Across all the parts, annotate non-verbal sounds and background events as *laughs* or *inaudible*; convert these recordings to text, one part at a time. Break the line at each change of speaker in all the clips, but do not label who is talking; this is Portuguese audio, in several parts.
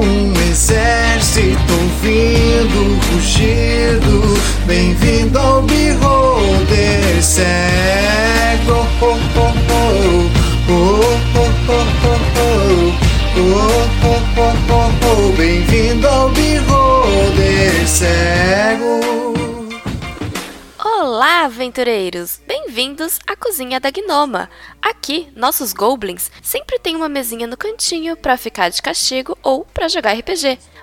um exército ouvindo o rugido. Bem-vindo ao Beholder Cego. Oh, oh, oh. Oh, oh, oh, oh, oh. Oh, oh, oh, oh, oh. Bem-vindo ao Beholder Cego.
Olá, aventureiros! Bem-vindos à cozinha da Gnoma. Aqui, nossos goblins sempre tem uma mesinha no cantinho pra ficar de castigo ou pra jogar RPG.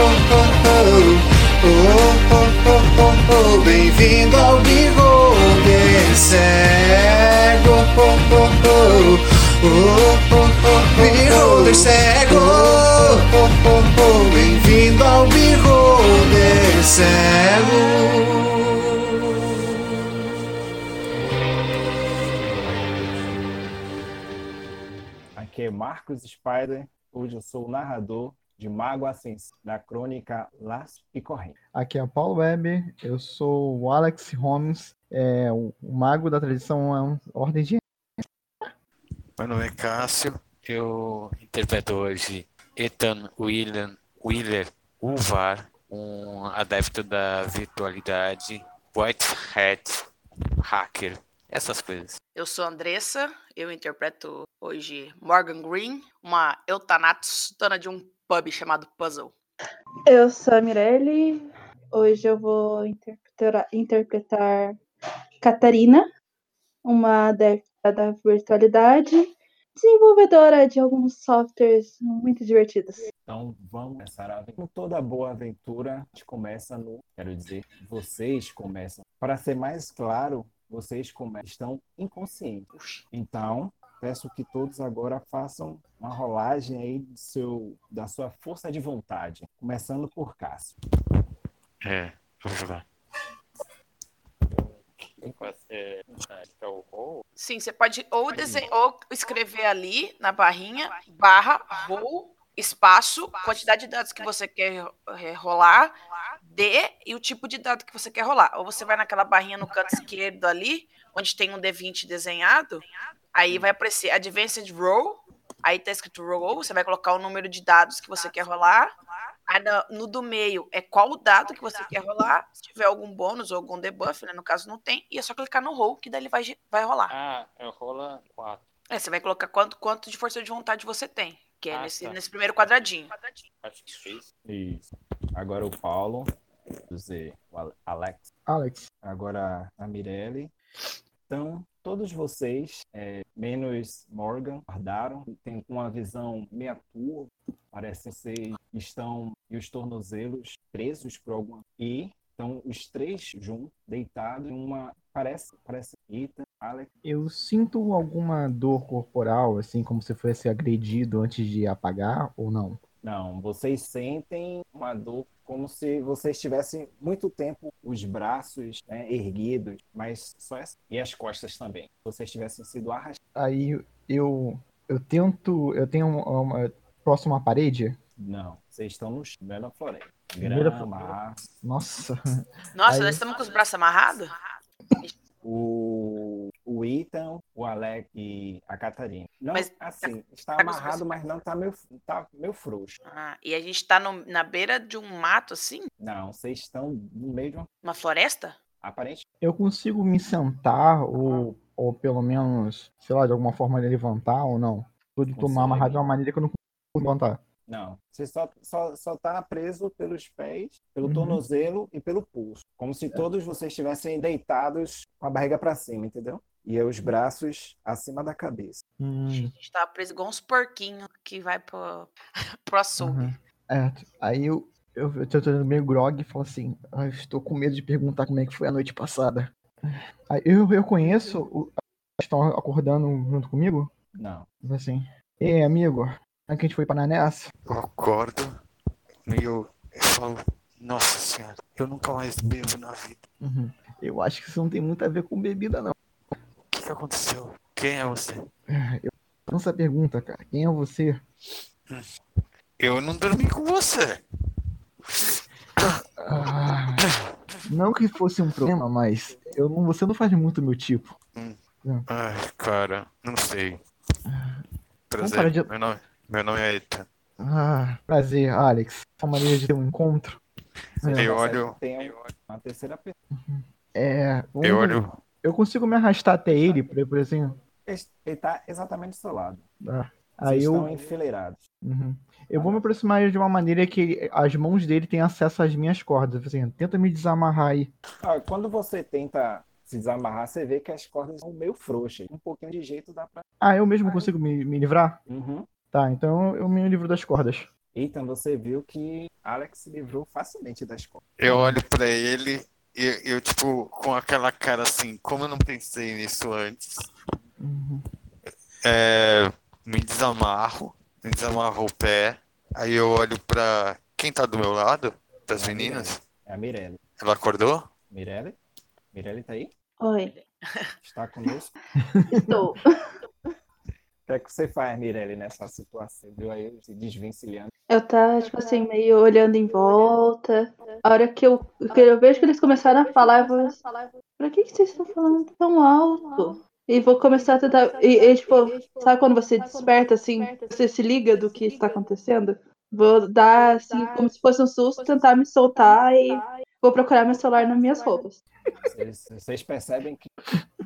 oh, oh, oh. Oh, oh, oh, oh, oh. Bem-vindo ao Beholder Cego. Oh, oh, oh. Oh, oh, oh, Beholder Cego. Oh, oh, oh. Bem-vindo ao Beholder Cego.
Aqui é Marcos Spider, hoje eu sou o narrador de Mago Ascens, da crônica Las e Corrente.
Aqui é o Paulo Web, eu sou o Alex Holmes, é, o, o mago da tradição é um- ordem de
Meu nome é Cássio, eu interpreto hoje Ethan William, Wheeler Uvar, um adepto da virtualidade, White Hat, hacker, essas coisas.
Eu sou a Andressa, eu interpreto hoje Morgan Green, uma eutanatos dona de um pub chamado Puzzle.
Eu sou a Mirelle. Hoje eu vou interpretar, interpretar Catarina, uma adepta da virtualidade, desenvolvedora de alguns softwares muito divertidos.
Então vamos começar a aventura. Como toda boa aventura, a gente começa no. Quero dizer, vocês começam. Para ser mais claro, vocês come- estão inconscientes. Então, peço que todos agora façam uma rolagem aí do seu, da sua força de vontade. Começando por Cássio.
É, vamos jogar. é, então,
Sim, você pode ou,
Pode ir.
desen- ou escrever ali na barrinha, barra, roll, espaço, quantidade de dados que você quer eh, rolar, D e o tipo de dado que você quer rolar. Ou você vai naquela barrinha no canto esquerdo ali, onde tem um D20 desenhado, aí vai aparecer Advanced Roll, aí tá escrito Roll, você vai colocar o número de dados que você quer rolar. Aí na- no do meio é qual o dado que você quer rolar, se tiver algum bônus ou algum debuff, né? No caso não tem, e é só clicar no roll que daí ele vai, ge- vai rolar.
Ah, eu rola 4.
É, você vai colocar quanto, quanto de força de vontade você tem. Que é
Ah,
nesse,
tá.
nesse primeiro quadradinho.
Acho que fez.
Isso. Agora o Paulo. Quer dizer, o Ale- Alex.
Alex.
agora a Mirelle. Então, todos vocês, é, menos Morgan, guardaram, tem uma visão meia turva, parece que vocês estão e os tornozelos presos por alguma e estão os três juntos, deitados em uma parece parece Ethan, Alex,
Eu sinto alguma dor corporal, assim, como se fosse agredido antes de apagar ou não?
Não, vocês sentem uma dor como se vocês tivessem muito tempo os braços né, erguidos, mas só essa. E as costas também. Vocês tivessem sido arrastados.
Aí eu eu tento, eu tenho uma, uma- próximo à parede.
Não, vocês estão no chão, não é na floresta.
Primeira-
Grama,
Nossa, *laughs*
Nossa,
Aí-
nós estamos com os braços amarrados?
o, o Ethan, o Alec e a Catarina. Não,
Mas-
assim, está
tá com os
amarrado, mas não tá meio, tá meio frouxo.
Ah, e a gente tá no- na beira de um mato, assim?
Não, vocês estão no meio de uma
Uma floresta?
aparente.
eu consigo me sentar ou, ou pelo menos, sei lá, de alguma forma levantar ou não? Tudo
Consegue.
tomar amarrado de uma maneira que eu não consigo levantar.
Não, você só, só, só tá preso pelos pés, pelo
Uhum. É.
tornozelo e pelo pulso. Como se todos vocês estivessem deitados com a barriga para cima, entendeu? E os braços acima da cabeça.
A
Hum,
gente tá preso igual uns porquinhos que vai pro, *laughs* pro açougue.
uhum. É, aí eu, eu, eu tô tô meio grog e falo assim, "Ah, eu estou com medo de perguntar como é que foi a noite passada. Aí eu reconheço, o, estão acordando junto comigo?
Não.
Diz Assim, ei amigo, é que a gente foi parar nessa?
Eu acordo e eu, eu falo, nossa senhora, eu nunca mais bebo na vida.
Uhum. Eu acho que isso não tem muito a ver com bebida, não.
O que, que aconteceu? Quem é você?
Lança a pergunta, cara. Quem é você?
Eu não dormi com você.
Ah, não que fosse um problema, mas eu não, você não faz muito meu tipo.
Ai, cara, não sei.
parar
Prazer,
de-
meu, nome, meu nome é Ethan.
Ah, prazer, Alex. Uma maneira de ter um encontro.
Você
Eu
percebe
olho-
que Tem um, uma terceira pessoa.
É, vamos-
Eu olho,
eu consigo me arrastar
Tá.
até ele, por por exemplo.
Ele ele tá exatamente do seu lado.
Ah,
Vocês
Aí eu,
estão Tá enfileirados.
Uhum. eu vou me aproximar de uma maneira que ele- as mãos dele têm acesso às minhas cordas. Assim, tenta me desamarrar aí.
Ah, quando você tenta se desamarrar, você vê que as cordas são meio frouxas. Um pouquinho de jeito dá pra.
Ah, eu
Tá.
mesmo consigo me, me livrar?
Uhum.
Tá, então eu me livro das cordas.
Ethan, você viu que Alex se livrou facilmente das cordas.
eu olho pra ele e eu, eu, tipo, com aquela cara assim, como eu não pensei nisso antes,
Uhum.
é, me desamarro, me desamarro o pé, aí eu olho pra quem tá do meu lado, das meninas.
É a Mirelle.
Ela acordou?
Mirelle? Mirelle tá aí?
Oi,
Está conosco?
estou.
O que é que você faz, Mirelle, nessa situação? Viu aí ele se desvencilhando?
Eu tá, tipo assim, meio olhando em volta. A hora que eu, que eu vejo que eles começaram a falar, eu vou. Pra que, que vocês estão falando tão alto? E vou começar a tentar. E, e, tipo, sabe quando você desperta assim, você se liga do que está acontecendo? Vou dar assim, como se fosse um susto, tentar me soltar e vou procurar meu celular nas minhas roupas.
Vocês, vocês percebem que,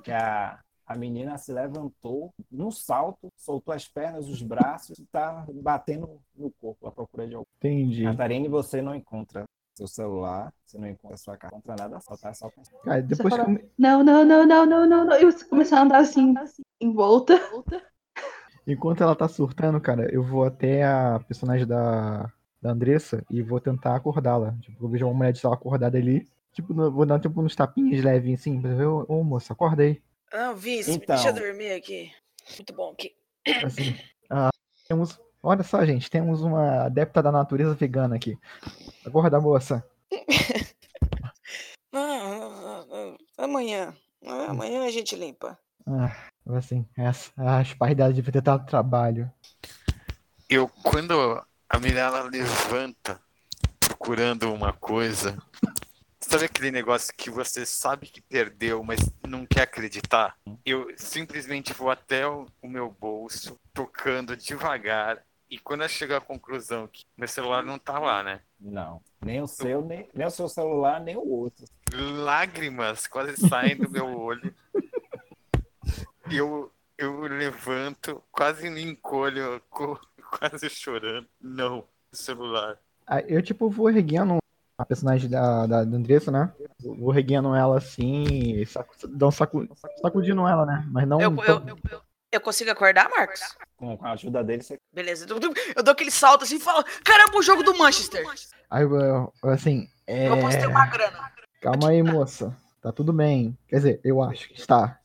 que a, a menina se levantou num salto, soltou as pernas, os braços e tá batendo no corpo à procura de algum.
Entendi.
Catarine, você não encontra seu celular, você não encontra sua carta, não encontra nada, só tá só com
Cara, depois
fala-
que eu-
Não, não, não, não, não, não, não. E você começar a andar assim, em volta.
enquanto ela tá surtando, cara, eu vou até a personagem da, da Andressa e vou tentar acordá-la. Tipo, eu vejo uma mulher de sala acordada ali. Tipo, no- vou dar tipo uns tapinhas leves, assim, pra ver, ô, ô, moça, acorda aí.
Não, vice,
Então.
Ah, deixa eu dormir aqui. Muito bom aqui.
Assim, ah, temos. Olha só, gente, temos uma adepta da natureza vegana aqui. Acorda, moça.
Não, não, não, não, ah, amanhã. Ah, Amanhã a gente limpa.
Assim, essa, as pais dela devia ter dado trabalho.
Eu, quando a Mirella levanta procurando uma coisa, sabe aquele negócio que você sabe que perdeu, mas não quer acreditar? Eu simplesmente vou até o, o meu bolso, tocando devagar, e quando eu chego à conclusão que meu celular não tá lá, né?
Não. Nem o seu, nem, nem o seu celular, nem o outro.
Lágrimas quase saem do meu olho. Eu, eu levanto, quase me encolho, co- *laughs* quase chorando. Não, celular.
Ah, Eu, tipo, vou erguendo a personagem da, da, da Andressa, né? Vou vou erguendo ela assim, e sacu, dá um sacu, sacudindo ela, né? Mas não.
Eu,
tão-
eu, eu, eu- eu consigo acordar, Marcos?
Com com a ajuda dele, você
Beleza, eu dou, eu dou aquele salto assim e falo: caramba, o jogo do Manchester.
Aí eu- eu- eu, assim, é.
Eu postei uma grana.
Calma aí, moça. Tá tudo bem. Quer dizer, eu acho que está.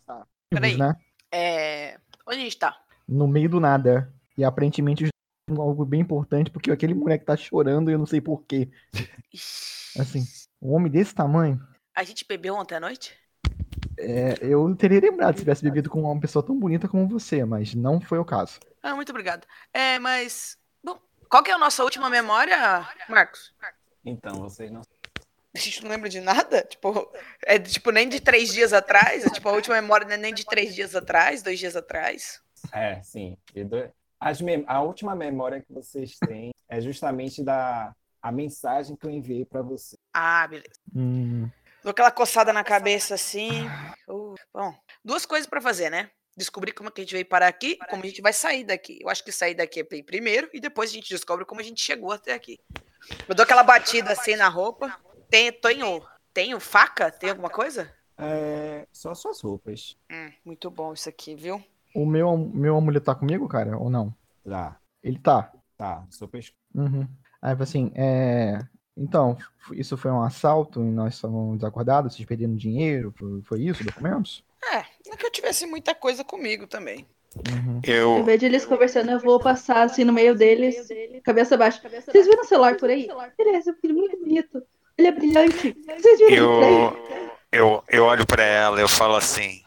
Peraí.
Né?
É. Onde a gente tá?
No meio do nada. E aparentemente os algo bem importante, porque aquele moleque tá chorando e eu não sei porquê. Assim, um homem desse tamanho,
A gente bebeu ontem à noite?
é, eu teria lembrado se tivesse bebido com uma pessoa tão bonita como você, mas não foi o caso.
Ah, muito obrigado. É, mas. Bom, qual que é a nossa última memória, Marcos?
Então, vocês não
A gente não lembra de nada? Tipo, é tipo nem de três dias atrás? É, tipo, a última memória não é nem de três dias atrás, dois dias atrás.
É, sim. E do- As mem- A última memória que vocês têm é justamente da a mensagem que eu enviei para você.
Ah, beleza.
Hum,
Dou aquela coçada na cabeça assim. Uh, bom, duas coisas pra fazer, né? Descobrir como é que a gente veio parar aqui, como a gente vai sair daqui. Eu acho que sair daqui é pra ir primeiro e depois a gente descobre como a gente chegou até aqui. Eu dou aquela batida assim na roupa. Tem, tenho, tenho faca? Tem alguma coisa?
É, só suas roupas.
Hum, muito bom isso aqui, viu?
o meu, meu amuleto tá comigo, cara, ou não?
Tá,
Ele tá.
tá. Seu pescoço.
Uhum. Aí eu falei assim, é... Então, f- isso foi um assalto e nós somos desacordados, vocês perderam dinheiro, foi, foi isso, documentos?
É, não que eu tivesse muita coisa comigo também.
Uhum.
Em
Eu,
vez de eles tá conversando, eu vou passar assim no meio deles, cabeça baixa. Vocês viram o celular por aí? Beleza, ele é muito bonito. Ele é brilhante. Vocês viram
Eu-
isso daí?
eu, eu olho pra ela, eu falo assim: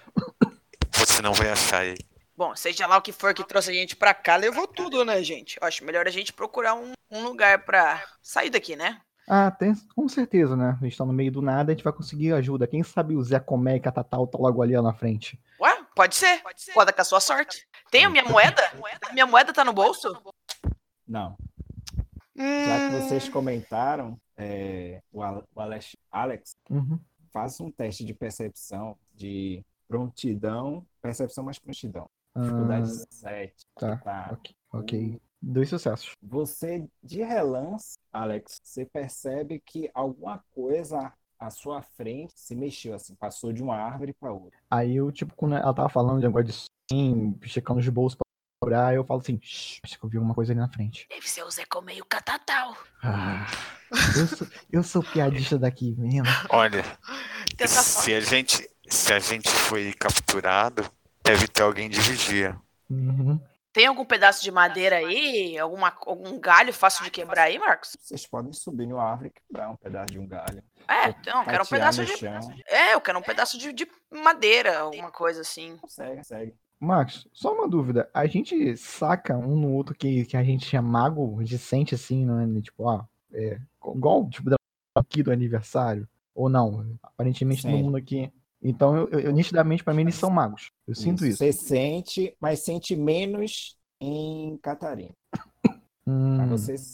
Você não vai achar ele.
Bom, seja lá o que for que trouxe a gente pra cá, levou tudo, né, gente? Eu acho melhor a gente procurar um, um lugar pra sair daqui, né?
Ah, tem, com certeza, né? A gente tá no meio do nada, a gente vai conseguir ajuda. Quem sabe o Zé Comé e Catatal tá logo ali ó, na frente.
Ué, pode ser. Conta com a sua sorte. Tem a minha moeda? A minha moeda tá no bolso?
Não. Já que
Hum,
vocês comentaram, é, o Al- o Alex, Alex,
Uhum.
faça um teste de percepção, de prontidão, percepção mais prontidão.
Ah,
Dificuldade 7.
tá. ok. ok. Dois sucessos.
Você, de relance, Alex, você percebe que alguma coisa à sua frente se mexeu, assim, passou de uma árvore para outra.
Aí eu, tipo, quando ela tava falando de negócio de sim, checando os bolsos pra cobrar, eu falo assim, "Shh, acho que eu vi alguma coisa ali na frente.
Deve ser o Zé meio catatal.
Ah, eu, sou, eu sou piadista daqui, menino.
Olha,
Tenta só.
se a gente, se a gente foi capturado, deve ter alguém de vigia.
Uhum.
Tem algum pedaço de madeira aí? Alguma, algum galho fácil de quebrar aí, Marcos?
Vocês podem subir numa árvore e quebrar um pedaço de um galho.
É, não, quero um
Fatiar
pedaço
no
de.
chão.
É, eu quero um pedaço de, de madeira, alguma coisa assim.
Consegue, consegue.
Max, só uma dúvida. A gente saca um no outro que, que a gente é mago, a gente sente assim, né? Tipo, ó, é, igual tipo da- aqui do aniversário. Ou não? Aparentemente todo
Sente.
mundo aqui. Então, eu, eu- eu, nitidamente, pra mim, eles são magos. Eu sinto isso.
Você sente, mas sente menos em Catarina.
Hum,
Pra vocês-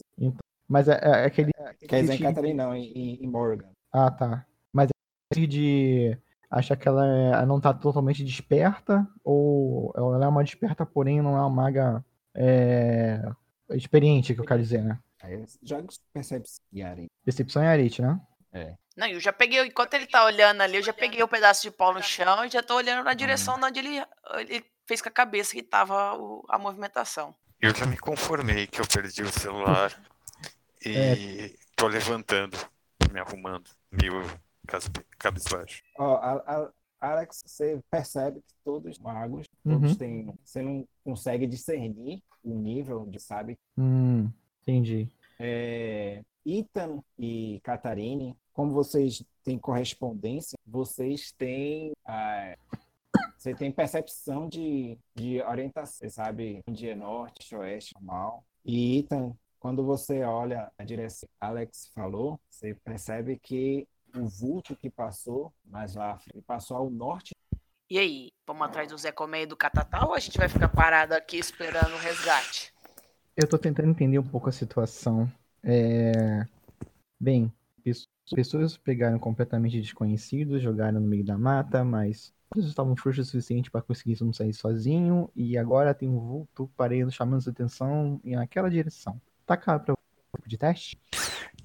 mas é, é- é aquele.
quer dizer, em
te-
Catarina não, em- em, em Morgan.
Ah, tá. Mas é esse de achar que ela, é- ela não tá totalmente desperta, ou ela é uma desperta, porém não é uma maga é, experiente, que eu quero dizer, né?
Aí joga percepção e areia.
Percepção é arete, né?
Não, eu já peguei, enquanto ele tá olhando ali, eu já peguei o pedaço de pau no chão e já tô olhando
Uhum.
na direção de onde ele, ele fez com a cabeça que tava o- a movimentação.
Eu já me conformei que eu perdi o celular e tô levantando, me arrumando, meio cas- cabisbaixo.
Ó, a- a- Alex, você percebe que todos os magos, todos
Uhum.
têm. Você não consegue discernir o nível de sabe
Hum, entendi.
É, Ethan e Catarine, como vocês têm correspondência, vocês têm ah, você tem percepção de, de orientação, você sabe onde é norte, este, oeste, normal. E Ethan, quando você olha a direção que Alex falou, você percebe que o vulto que passou mais lá, ele passou ao norte.
E aí, vamos atrás do Zé Comé e do Catatal ou a gente vai ficar parado aqui esperando o resgate?
Eu tô tentando entender um pouco a situação. É, Bem, pesso- pessoas pegaram completamente desconhecidos, jogaram no meio da mata, mas eles estavam frouxos o suficiente para conseguir não sair sozinho, e agora tem um vulto parando, chamando sua atenção e naquela direção. Tá claro pra você de teste?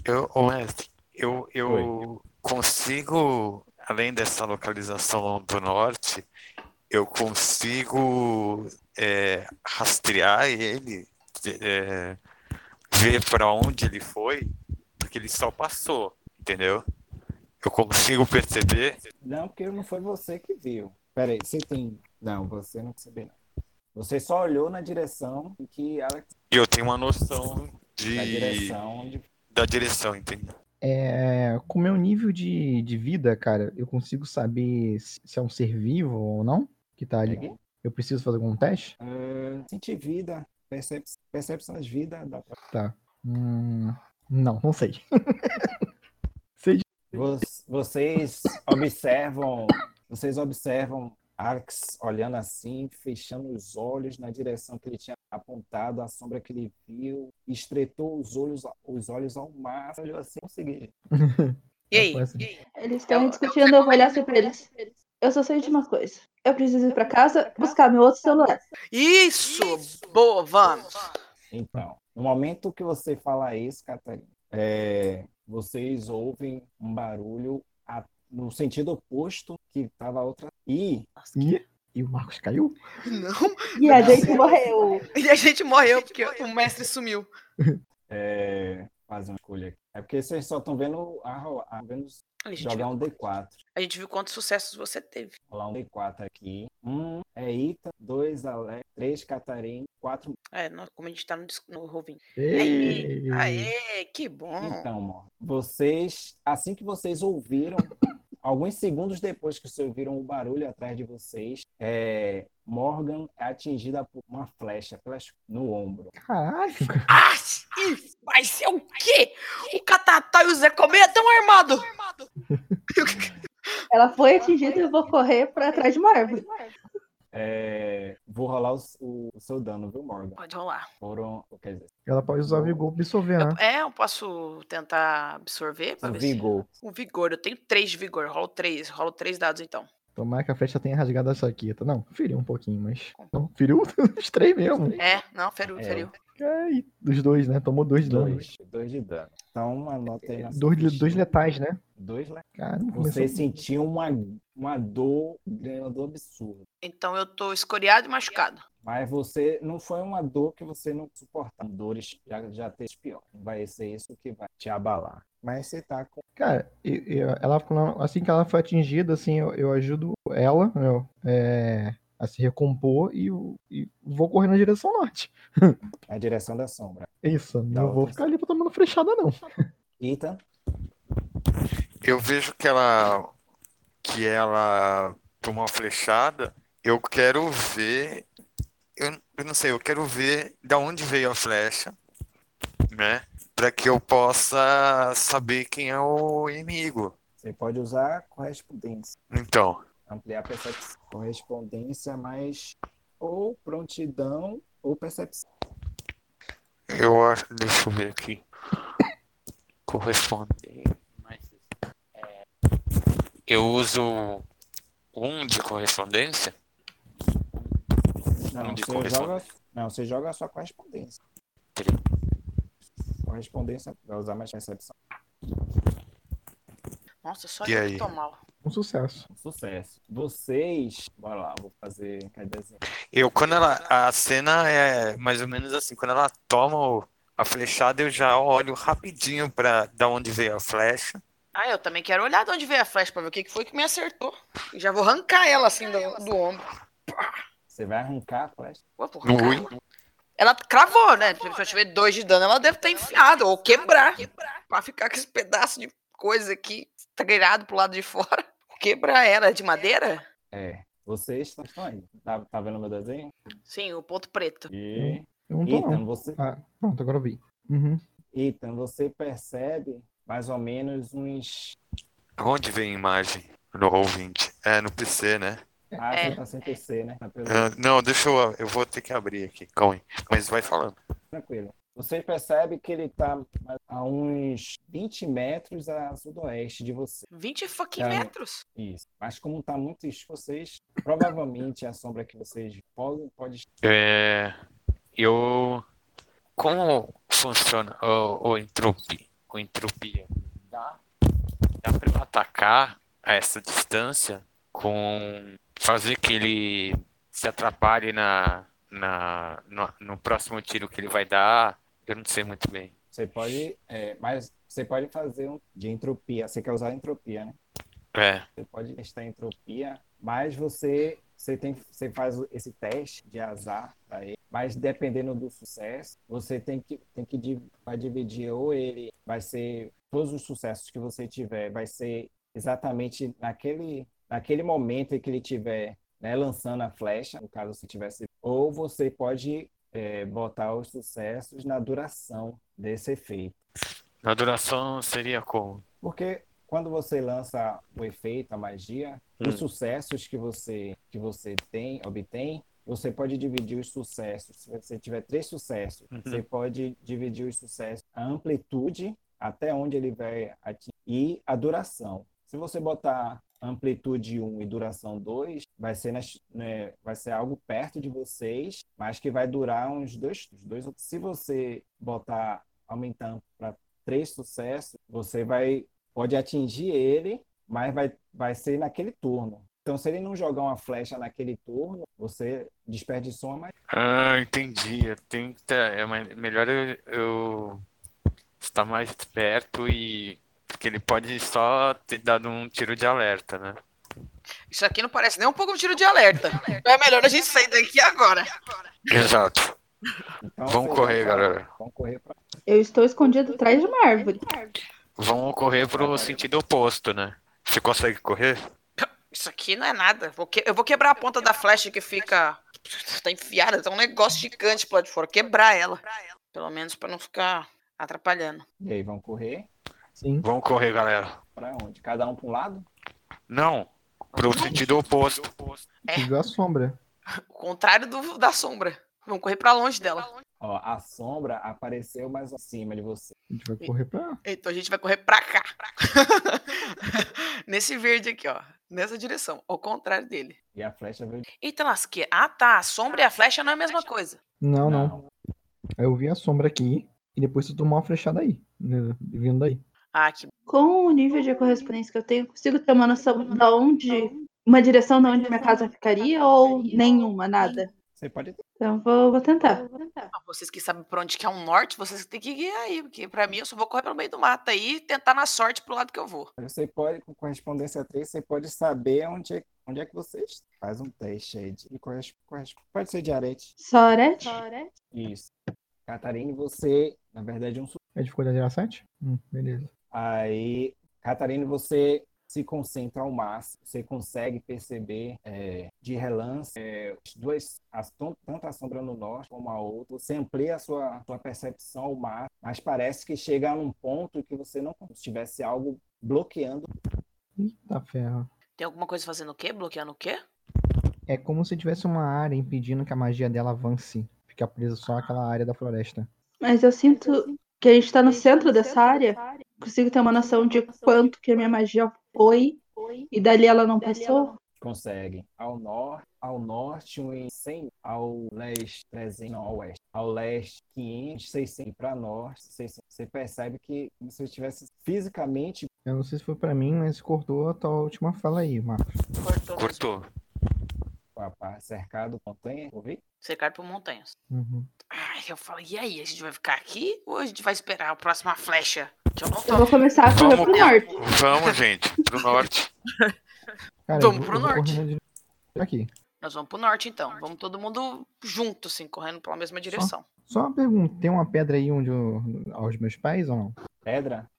Eu, ô, mestre, eu, eu consigo, além dessa localização do norte, eu consigo é, rastrear ele, é, ver para onde ele foi, porque ele só passou, entendeu? Eu consigo perceber.
Não, porque não foi você que viu. Peraí, você tem. Não, você não percebeu. não. Você só olhou na direção em que ela
E eu tenho uma noção de...
na direção de
da direção, entende?
É, com o meu nível de, de vida, cara, eu consigo saber se se é um ser vivo ou não que tá
É.
ali. Eu preciso fazer algum teste?
ah, sentir vida, percep percepção de vida. Da...
Hum, não, não sei. *laughs*
Vo- Vocês observam, vocês observam Arx olhando assim, fechando os olhos na direção que ele tinha apontado, a sombra que ele viu, estreitou os olhos, os olhos ao máximo, olhou assim, consegui.
E aí?
Mas-
E aí?
Eles estão discutindo, eu vou olhar assim pra eles. Eu só sei de uma coisa. Eu preciso ir pra casa buscar meu outro celular.
Isso! Boa, vamos!
Então, no momento que você fala isso, Catarina, é, vocês ouvem um barulho a- no sentido oposto que estava a outra. E
Ih, e o Marcos caiu?
Não!
E a gente morreu.
E a gente morreu porque o mestre sumiu.
é, fazer uma escolha aqui. É porque vocês só estão vendo a, rola- a- vendo
A gente, viu,
jogar um D4.
a gente viu quantos sucessos você teve.
Rolar um D4 aqui. Um é Ita, dois Alex, três Catarina, quatro.
É, nós- como a gente tá no, dis- no Rovin.
Ei!
Aê, que bom!
Então, amor, vocês, assim que vocês ouviram, alguns segundos depois que vocês ouviram o barulho atrás de vocês, é, Morgan é atingida por uma flecha flecha no ombro.
Caralho, cara.
Ah, e vai ser o quê? O Catatá e o Zé Comeia estão armados!
Ela foi atingida e eu vou correr pra trás de uma árvore.
É, vou rolar o, o- o seu dano, viu, Morgan?
Pode rolar.
Foram, quer dizer,
Ela pode usar o vigor pra absorver, né?
É, eu posso tentar absorver pra
seu
ver se-
vigor.
O vigor, eu tenho três de vigor. Rolo três, rolo três dados então.
Tomara que a flecha tenha rasgado a saqueta. Não, feriu um pouquinho, mas. Não, feriu *laughs* os três mesmo.
É, não, feriu,
É,
feriu.
Ai, dos dois, né? Tomou dois danos. É,
Dois, dois de dano. Então, anota aí. na sua
Dois, dois
fichinha.
letais, né?
Dois letais.
Caramba,
Você
começou...
sentiu uma, uma dor, uma dor absurda.
Então eu tô escoriado e machucado.
Mas você não foi uma dor que você não suportar. Dores já, já teve pior. Vai ser isso que vai te abalar. Mas você tá com.
Cara, e- e ela, quando- assim que ela foi atingida, assim, eu, eu ajudo ela meu, é, a se recompor e, eu- e vou correr na direção norte.
a direção da sombra.
Isso,
Tá,
não vou
outra-
ficar ali pra tomando frechada, não.
Ethan,
Eu vejo que ela que ela tomou uma flechada. Eu quero ver. Eu, eu não sei, eu quero ver da onde veio a flecha, né? Para que eu possa saber quem é o inimigo.
você pode usar correspondência.
Então,
Ampliar a percepção. Correspondência mais ou prontidão ou percepção.
eu acho. Deixa eu ver aqui. Corresponde. É, Eu uso um de correspondência?
Não,
Um de
você
correspondência.
joga, não, você joga a sua correspondência. Correspondência, vai usar mais percepção.
Nossa, só
E
eu
aí?
que tô mal.
Um sucesso.
Sucesso. Vocês. Bora lá, vou fazer. Cadê a
Eu, quando ela. A cena é mais ou menos assim, quando ela toma o- a flechada, eu já olho rapidinho pra da onde veio a flecha.
Ah, eu também quero olhar de onde veio a flecha pra ver o que que foi que me acertou. E Já vou arrancar ela assim do, do ombro.
Você vai arrancar a flecha?
Ué, porra,
No
cara. Ela cravou, né? Se eu tiver dois de dano, ela deve estar enfiada ou quebrar. Pra ficar com esse pedaço de coisa aqui estrelado pro lado de fora. Quebrar ela é de madeira?
É. Vocês estão estão aí. Tá, tá vendo meu desenho?
Sim, o ponto preto.
E.
Eu não tô,
Ethan
não.
você,
Ah, pronto, agora eu vi. Uhum.
Ethan, você percebe mais ou menos uns.
Onde vem a imagem? No Roll20. É, no PC, né?
Ah,
É.
você tá sem PC, né? Tá pelo...
Ah, não, deixa eu. Eu vou ter que abrir aqui, calma aí. Mas vai falando.
Tranquilo. Você percebe que ele tá mais- a uns 20 metros a sudoeste de você.
20 fucking
Cara,
metros.
Isso. Mas como tá muito escuro, vocês. Provavelmente a sombra que vocês podem pode
É, eu. Como funciona o, o entropia? O entropia dá, dá pra eu atacar a essa distância com fazer que ele se atrapalhe na, na, no, no próximo tiro que ele vai dar. Eu não sei muito bem.
Você pode, é, mas você pode fazer um de entropia. Você quer usar entropia, né?
É,
Você pode testar entropia, mas você Você, tem, você faz esse teste de azar para ele, mas dependendo do sucesso, você tem que, tem que di- vai dividir ou ele vai ser todos os sucessos que você tiver vai ser exatamente naquele, naquele momento em que ele tiver né, lançando a flecha, no caso se tivesse, ou você pode é, botar os sucessos na duração desse efeito.
A duração seria como?
Porque quando você lança o efeito, a magia,
Hum.
os sucessos que você que você tem, obtém, você pode dividir os sucessos. Se você tiver três sucessos,
Uhum.
você pode dividir os sucessos, a amplitude até onde ele vai atingir e a duração. Se você botar amplitude 1 e duração 2, vai ser, nas- né, vai ser algo perto de vocês, mas que vai durar uns dois, uns dois. Se você botar aumentando para três sucessos, você vai pode atingir ele, mas vai, vai ser naquele turno. Então, se ele não jogar uma flecha naquele turno, você desperdiçou a magia.
Ah, entendi. Eu tenho que ter- é mais- melhor eu, eu estar mais perto e. Porque ele pode só ter dado um tiro de alerta, né?
Isso aqui não parece nem um pouco um tiro de alerta. Então é melhor a gente sair daqui agora.
Exato.
Então,
Vamos
vocês
correr,
vão pra-
galera.
Vamos correr pra...
Eu estou escondido atrás de uma árvore.
Vão correr pro sentido oposto, né? Você consegue correr?
Isso aqui não é nada. Vou que- Eu vou quebrar a ponta da flecha que fica. *laughs* Tá enfiada, tá um negócio gigante pro lado de fora. Quebrar ela. Pelo menos pra não ficar atrapalhando.
E aí, vão correr
Sim.
Vamos correr, galera.
para onde? Cada um para um lado?
Não, pro sentido oposto.
É.
Você viu a sombra.
O contrário do, da sombra. Vamos correr pra longe dela.
Ó, a sombra apareceu mais acima de você.
A gente vai correr pra.
Então a gente vai correr pra cá. *laughs* Nesse verde aqui, ó. Nessa direção. Ao contrário dele.
E a flecha veio.
Eita, lasqueira. Ah, tá. A sombra e a flecha não é a mesma coisa.
Não, não. Aí eu vi a sombra aqui e depois tu tomou uma flechada aí. né, Vindo daí.
Ah, que.
Com o nível de correspondência que eu tenho, consigo ter uma noção da onde. Uma direção de onde minha casa ficaria ou nenhuma, nada.
Você pode ter.
Então vou, vou tentar.
Ah, Vocês que sabem pra onde que é o norte, vocês que têm que guiar aí. Porque pra mim eu só vou correr pelo meio do mato aí e tentar na sorte pro lado que eu vou.
Você pode, com correspondência 3, você pode saber onde é, onde é que você está. Faz um teste aí de corres- corres- Pode ser de arete.
Sorete?
Isso. Catarine, você, na verdade, é um
A dificuldade era 7? Hum, beleza.
Aí, Catarina, você se concentra ao máximo, você consegue perceber é, de relance é, as duas, as, ton- tanto a sombra no norte como a outra, você amplia a sua, sua percepção ao máximo, mas parece que chega a um ponto que você não como se tivesse algo bloqueando.
Eita Tá, ferro.
Tem alguma coisa fazendo o quê? Bloqueando o quê?
É como se tivesse uma área impedindo que a magia dela avance. Ficar presa só àquela área da floresta.
Mas eu sinto que a gente está no centro dessa área. Consigo ter uma noção de quanto que a minha magia foi e dali ela não passou.
Consegue ao norte, ao norte uns 100, ao leste 300, não, ao oeste, ao leste 500, 600 para norte, 600. Você percebe que como se você estivesse fisicamente
Eu não sei se foi pra mim, mas cortou a tua última fala aí, Marcos.
Cortou. mesmo.
Cortou.
com a pá- cercado de montanha, ouvi?
Cercado por montanhas.
Uhum.
Ai, eu falei, e aí? A gente vai ficar aqui ou a gente vai esperar a próxima flecha? Que eu não
Eu
tô.
vou começar a correr
Vamos
pro
co-
norte.
Vamos, gente, pro norte.
Cara,
Vamos
eu vou-
pro
eu vou
norte.
correndo de- Aqui.
Nós vamos pro norte então. Vamos todo mundo junto, assim, correndo pela mesma direção.
Só uma pergunta: tem uma pedra aí onde eu... aos meus pais ou não?
Pedra,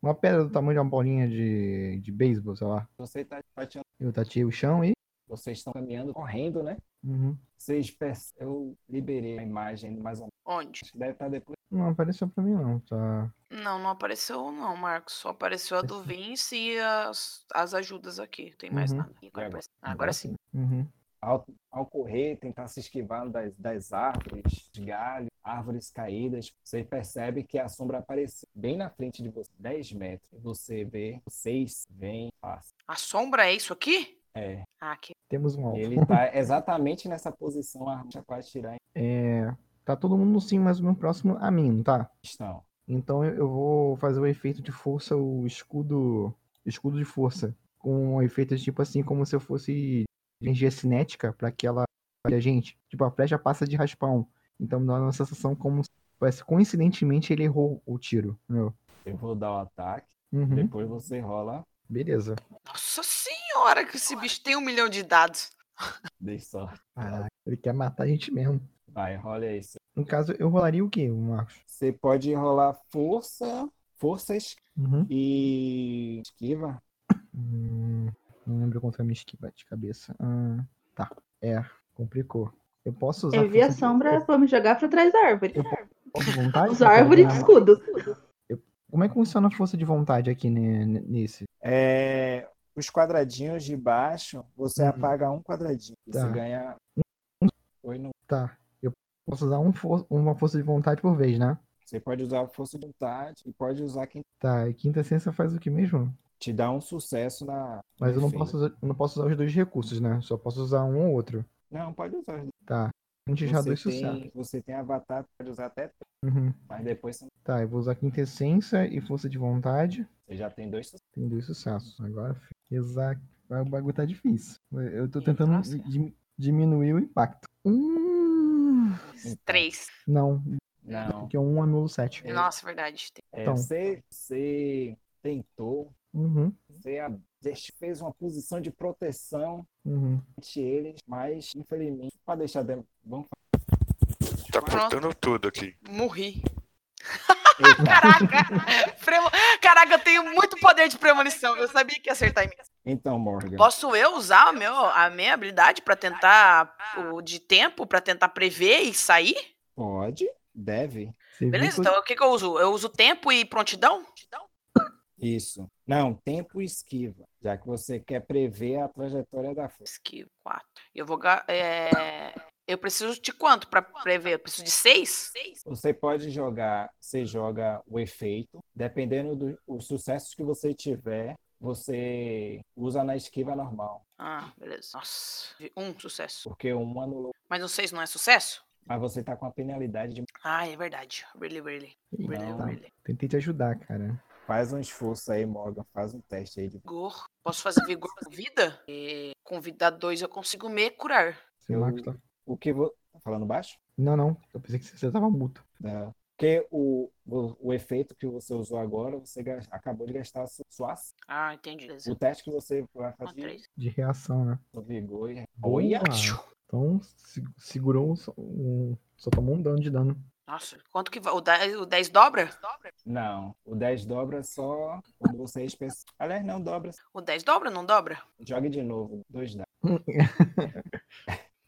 Uma pedra do tamanho de uma bolinha de, de beisebol, sei lá.
você tá pateando.
Eu tatei o chão e.
Vocês estão caminhando, correndo, né?
Uhum.
Vocês perce- Eu liberei a imagem mais ou menos.
Onde?
Acho que deve estar depois.
Não apareceu pra mim, não. Tá.
Não, não apareceu, não, Marcos. Só apareceu a do Vince e as, as ajudas aqui. Não tem mais
Uhum.
nada. E Agora,
E agora?
aparece- agora sim.
Uhum.
Ao, ao correr, tentar se esquivar das, das árvores, de galhos, árvores caídas, você percebe que a sombra apareceu bem na frente de você, 10 metros. Você vê, vocês veem, fácil.
A sombra é isso aqui?
É,
Ah, aqui.
Temos um alvo.
ele
*laughs*
tá exatamente nessa posição, a arma quase tirar em
É, tá todo mundo sim, mas o meu próximo a mim, não tá?
questão.
Então eu eu vou fazer o efeito de força, o escudo, escudo de força, com um efeito tipo assim, como se eu fosse energia cinética pra que ela olhe a gente. Tipo, a flecha passa de raspão. Então me dá uma sensação como se parece, coincidentemente ele errou o tiro. entendeu?
Eu vou dar o ataque,
Uhum,
depois você rola
beleza.
Nossa senhora, que esse bicho tem um milhão de dados.
Dei sorte.
Caraca, ele quer matar a gente mesmo.
Vai, rola aí.
No caso, eu rolaria o quê, Marcos?
Você pode enrolar força, forças
Uhum.
e esquiva.
Hum, não lembro quanto é a minha esquiva de cabeça. Ah, tá. É, complicou. Eu posso usar.
Eu vi a
força-
sombra pra me jogar pra trás da árvore.
Eu posso usar vontade?
Usar árvore de
Pra-
escudo.
Como é que funciona a força de vontade aqui né, n- nesse?
É, os quadradinhos de baixo, você
Uhum.
apaga um quadradinho. E
Tá.
Você ganha. Oi, não.
Tá. Eu posso usar um for- uma força de vontade por vez, né?
Você pode usar a força de vontade e pode usar quem
Tá. E quinta essência faz o que mesmo?
te dá um sucesso na.
Mas eu não
Perfeito.
posso, usar, eu não posso usar os dois recursos, né? Só posso usar um ou outro.
Não, pode usar. os dois.
Tá. A gente já dois
Você
sucessos.
tem, você tem avatar, pode usar até três,
Uhum.
mas depois você
Tá, eu vou usar quinta essência e força de vontade.
você já tem dois sucessos.
Tem dois sucessos. Agora, fi- exato. O bagulho tá difícil. Eu tô tentando
tá
Nossa.
di- diminuir o impacto. Hum.
Três.
Não,
Não.
porque um anula o sete.
Nossa, verdade. tem.
É,
Então.
você, você tentou,
Uhum,
você a- fez uma posição de proteção
uhum.
ante eles, mas infelizmente, para deixar dentro. Vamos
Tá
Pronto.
cortando tudo aqui.
Morri.
fazer.
Caraca! Premo- Caraca, eu tenho muito poder de premonição. Eu sabia que ia acertar em mim.
Então, Morgan.
Posso eu usar o meu, a minha habilidade pra tentar o de tempo pra tentar prever e sair?
Pode, deve.
Você viu
Beleza?
que-
Então o que, que eu uso? Eu uso tempo e prontidão?
Isso. Não, tempo e esquiva, já que você quer prever a trajetória da força.
Esquivo, quatro. Eu vou. ga- é, Eu preciso de quanto pra prever? Eu preciso de seis?
Você pode jogar, você joga o efeito, dependendo dos sucessos que você tiver, você usa na esquiva normal,
Ah, beleza. Nossa. Um sucesso.
porque um anulou,
Mas um seis não é sucesso?
mas você tá com a penalidade de
Ah, é verdade. Really, really. Really,
Não.
really.
tá. Tentei te ajudar, cara.
faz um esforço aí, Morgan, faz um teste aí de
Vigor. Posso fazer vigor com vida? E com vida dois eu consigo me curar.
Seu
Eu-
Marcos tá...
o que você tá falando baixo?
Não, não. Eu pensei que você tava mudo.
Não. né? Porque o, o, o efeito que você usou agora, você gas- acabou de gastar a su- sua ação.
Ah, entendi. Beleza.
O teste que você vai
Um,
fazer
três.
De reação, né?
no vigor e...
Boa!
Olha!
Então, se- segurou um, só- um- Só tomou um dano de dano. *laughs*
Nossa, quanto que vai? O 10, o 10 dobra?
Não, o 10 dobra só quando você é especial. Aliás, não dobra.
O 10 dobra ou não dobra?
Jogue de novo, dois dados.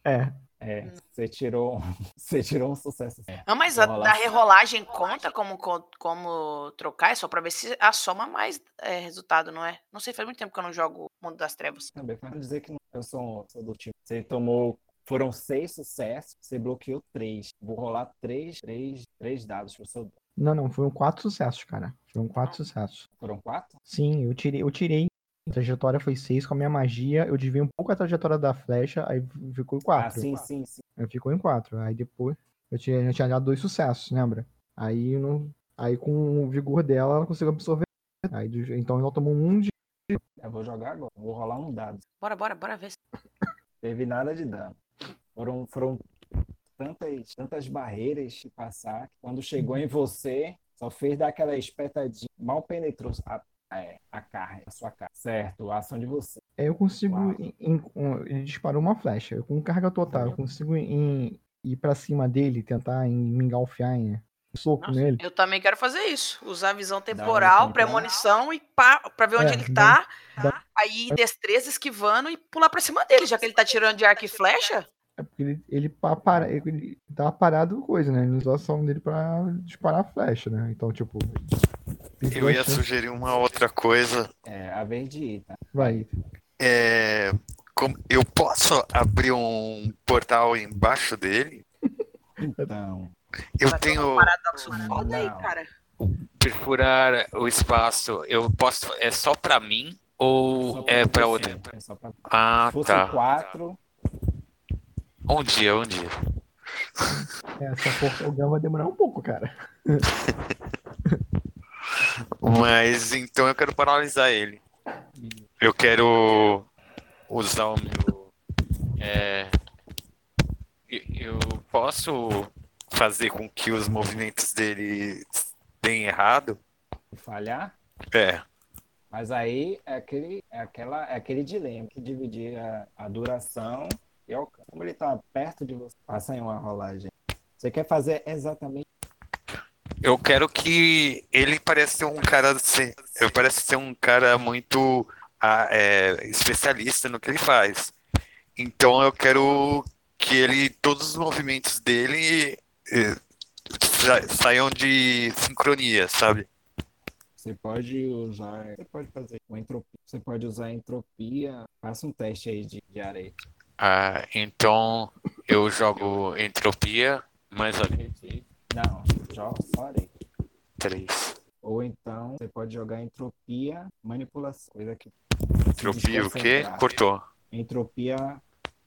É.
É, você tirou, *laughs* você tirou um sucesso.
Ah, mas a da
Rolar.
rerolagem conta como, co- como trocar, é só pra ver se a soma mais é, resultado, não é? Não sei, faz muito tempo que eu não jogo Mundo das Trevas.
Também para dizer que não- eu sou, sou do time. Você tomou, foram seis sucessos, você bloqueou três. Vou rolar três, três, três dados pro seu.
Não, não. Foram quatro sucessos, cara. Foram quatro sucessos.
Foram quatro?
Sim, eu tirei. Eu tirei. A trajetória foi seis com a minha magia. Eu desviei um pouco a trajetória da flecha. Aí ficou
Ah,
quatro.
sim, sim, sim.
Aí ficou em quatro. Aí depois eu tinha, eu tinha dado dois sucessos, lembra? Aí eu não, aí com o vigor dela ela conseguiu absorver. Aí, do- então ela tomou um de.
Eu vou jogar agora. Vou rolar um dado.
Bora, bora, bora ver. se-
Teve nada de dano. Foram, foram tantas, tantas barreiras que passar. que Quando chegou em você, só fez dar aquela espetadinha. Mal penetrou a, é, a carne, a sua cara. Certo, a ação de você.
Aí eu consigo.
Uau.
em- em- um- ele disparou uma flecha. Eu, com carga total, eu
Valeu.
consigo em- ir pra cima dele, tentar em, me engalfiar em um soco
Nossa,
nele.
eu também quero fazer isso. Usar a visão temporal,
temporal.
premonição e pá, pra ver onde
É,
ele
dá
tá. Aí destreza esquivando e pular pra cima dele, já que ele tá tirando de arco e flecha.
É porque ele, ele, pa- para, ele tava parado coisa, né? Ele usou a ação dele pra disparar a flecha, né? Então, tipo. tem
Eu
duas
ia
chances.
sugerir uma outra coisa.
É, a vez de ir, tá?
Vai.
É, como- eu posso abrir um portal embaixo dele?
Então,
Eu
Vai tomar um
tenho
paradoxo foda aí,
Não.
cara.
perfurar o espaço. Eu posso. É só pra mim
só
ou
pra
é pra
você.
outra?
É só pra...
Ah,
Se fosse
tá.
quatro,
Um dia, um dia.
Essa força o vai demorar um pouco, cara.
Mas então eu quero paralisar ele. Eu quero usar o meu. é, e- eu posso fazer com que os movimentos dele deem errado?
falhar,
É.
Mas aí é aquele, é aquela, é aquele dilema que dividir a, a duração e o alcance. Como ele está perto de você, passa em uma rolagem. Você quer fazer exatamente.
Eu quero que ele pareça ser um cara assim, eu parece ser um cara muito ah, é, especialista no que ele faz. Então eu quero que ele todos os movimentos dele eh, sa- saiam de sincronia, sabe?
Você pode usar. Você pode fazer uma entropia. Você pode usar a entropia. Faça um teste aí de, de areia.
Ah, então eu jogo entropia mais
Não, joga só areia.
três.
Ou então você pode jogar entropia, manipulação. Coisa que.
Entropia o quê?
desconcentrar.
Cortou.
Entropia,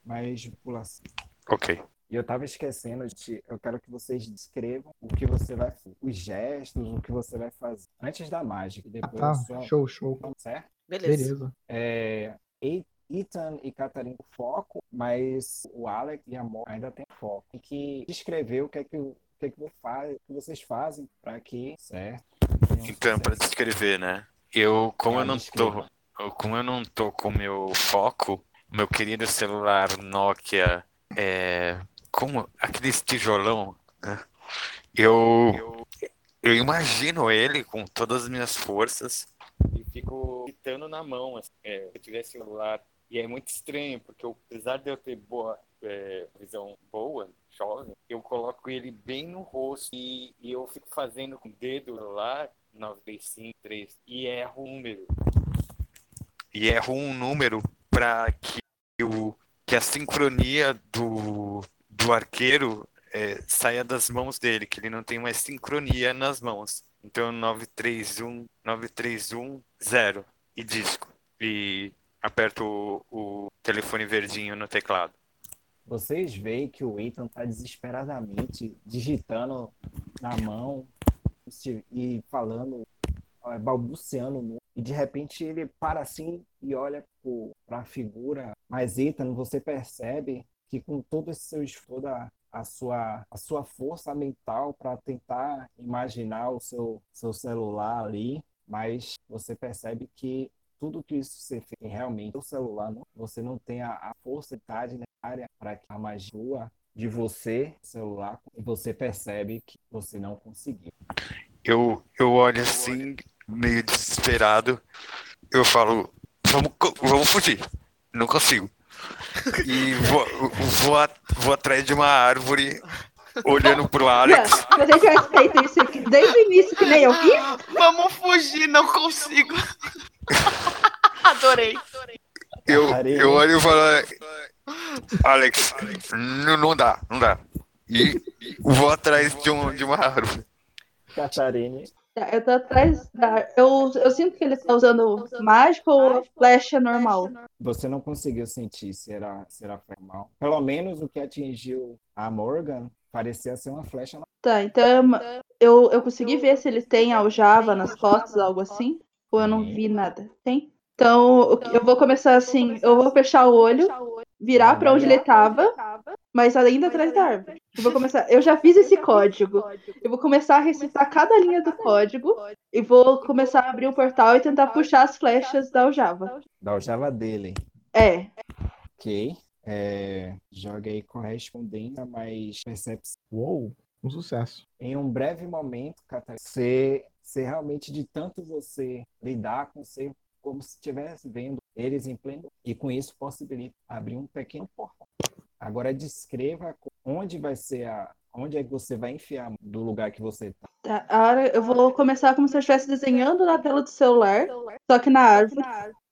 manipulação.
Ok.
E eu tava esquecendo de. Eu quero que vocês descrevam o que você vai fazer. Os gestos, o que você vai fazer. Antes da mágica. e
Ah,
Depois
tá.
só-
Show, show.
Certo?
Beleza.
Beleza.
É, E- Ethan e Catarina com foco, mas o Alex e a Mo ainda tem foco. E que descrever o que é que, o que, é que vo- faz- o que vocês fazem para que, certo? tenham
Então, para
sucesso.
descrever, né? Eu, como
Ah,
eu não tô,
descreva.
eu- como eu não tô com meu foco, meu querido celular Nokia, é, como aqueles tijolão, né? Eu, eu imagino ele com todas as minhas forças e fico gritando na mão, assim, é, se eu tiver celular. E é muito estranho, porque eu- apesar de eu ter boa é, visão boa, jovem, eu coloco ele bem no rosto e, e eu fico fazendo com o dedo lá, 935, 3, e erro um número. E erro um número para que, o, que a sincronia do, do arqueiro é, saia das mãos dele, que ele não tem mais sincronia nas mãos. Então 931, 931, 0 um, e disco. E aperto o, o telefone verdinho no teclado.
Vocês veem que o Ethan tá desesperadamente digitando na mão se- e falando, ó, é, balbuciando. muito. E de repente ele para assim e olha para a figura. Mas Ethan, você percebe que com todo esse seu esforço, toda a sua, a sua força mental para tentar imaginar o seu, seu celular ali, mas você percebe que tudo que isso você fez realmente no celular, não- você não tem a, a força de idade necessária para que a magia flua de você, celular, e você percebe que você não conseguiu.
Eu, eu olho assim, meio desesperado. Eu falo, vamos, co- vamos fugir. Não consigo. E vou, vou, a- vou atrás de uma árvore, olhando pro Alex.
Não, Vocês já aceitam isso aqui desde o início, que nem eu quis?
Vamos fugir, não consigo. Adorei.
Eu,
Parei.
eu olho e falo, Alex, não, não dá, não dá. E vou atrás de, um, de uma árvore.
Catarine,
Tá, Eu tô atrás da. Eu, eu sinto que ele tá usando mágico ou flecha normal.
você não conseguiu sentir se era, se era formal. Pelo menos o que atingiu a Morgan parecia ser uma flecha.
Tá, então é uma- eu, eu consegui ver se ele tem aljava nas costas, algo assim. Ou eu não vi nada. Tem? Então eu- eu vou começar assim, eu vou fechar o olho, virar pra onde ele tava, mas ainda atrás da árvore. Eu vou começar. Eu já fiz esse código. Eu vou começar a recitar cada linha do código e vou começar a abrir o portal e tentar puxar as flechas da aljava.
Da aljava dele.
É,
Ok. É, joga aí correspondência, mas percepção.
Uou, um sucesso.
em um breve momento, Catarina, você, você realmente, de tanto você lidar com você, como se estivesse vendo eles em pleno, e com isso possibilita abrir um pequeno portal. Agora descreva co- onde vai ser a, onde é que você vai enfiar do lugar que você está.
Tá, a hora- eu vou começar como se eu estivesse desenhando na tela do celular, só que na árvore,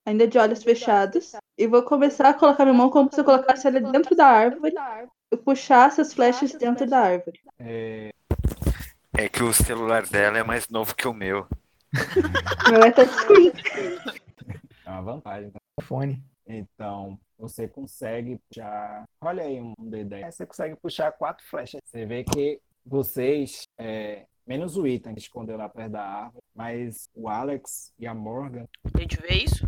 ainda de olhos fechados. E vou começar a colocar minha mão como se eu colocasse ela dentro da árvore e puxasse as flechas dentro da árvore.
É que o celular dela é mais novo que o meu.
Meu é touchscreen.
É uma vantagem. tá?
Fone.
Então, você consegue puxar. Olha aí um D10. Você consegue puxar quatro flechas. Você vê que vocês, é, menos o Ethan, que escondeu lá perto da árvore, mas o Alex e a Morgan.
A gente vê isso?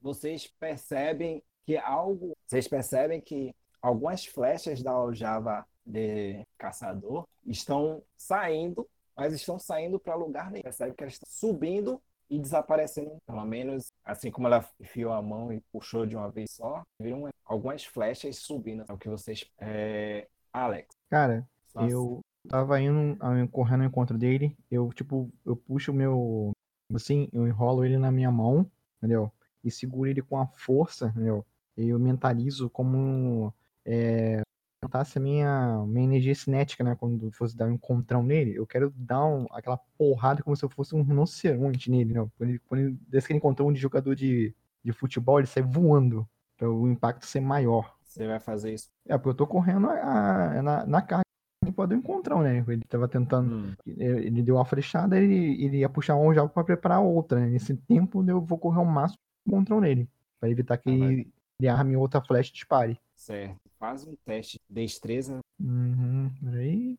vocês percebem que algo, vocês percebem que algumas flechas da aljava de caçador estão saindo mas estão saindo para lugar nenhum. Percebe que elas estão subindo e desaparecendo. Pelo menos, assim como ela enfiou a mão e puxou de uma vez só, viram algumas flechas subindo. É o que vocês. É... Alex.
Cara,
só
eu tava indo, ao- correndo ao encontro dele, eu, tipo, eu puxo o meu. Assim, eu enrolo ele na minha mão, entendeu? E seguro ele com a força, entendeu? E eu mentalizo como. É, tentasse a minha, minha energia cinética, né? Quando fosse dar um encontrão nele, eu quero dar um- aquela porrada como se eu fosse um rinoceronte nele, né? Quando ele, quando ele desse aquele encontrão de jogador de, de futebol, ele sai voando, pra o impacto ser maior.
Você vai fazer isso.
É, porque eu tô correndo a- a- na, na carga que pode dar um encontrão, né? Ele tava tentando. Ele ele deu uma flechada, ele, ele ia puxar um já pra preparar outra, né? Nesse tempo eu vou correr o máximo de encontrão nele. Pra evitar que
Ah, vai.
ele, ele arme outra flecha e dispare.
Certo. Faz um teste de destreza.
Uhum, peraí.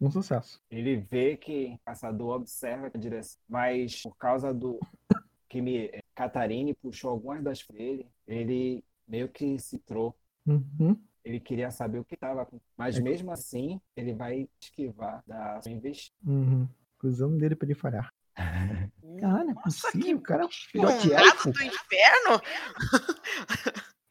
Um sucesso.
Ele vê que o caçador observa a direção, mas por causa do que me eh, Catarine puxou algumas das dele, ele meio que se trou.
Uhum.
Ele queria saber o que estava acontecendo. Mas mesmo assim, ele vai esquivar da sua investida.
Uhum. Cruzando dele pra ele falhar. Caralho, é
Nossa, que
possível, cara. Filhote de elfo?
Tornado do inferno?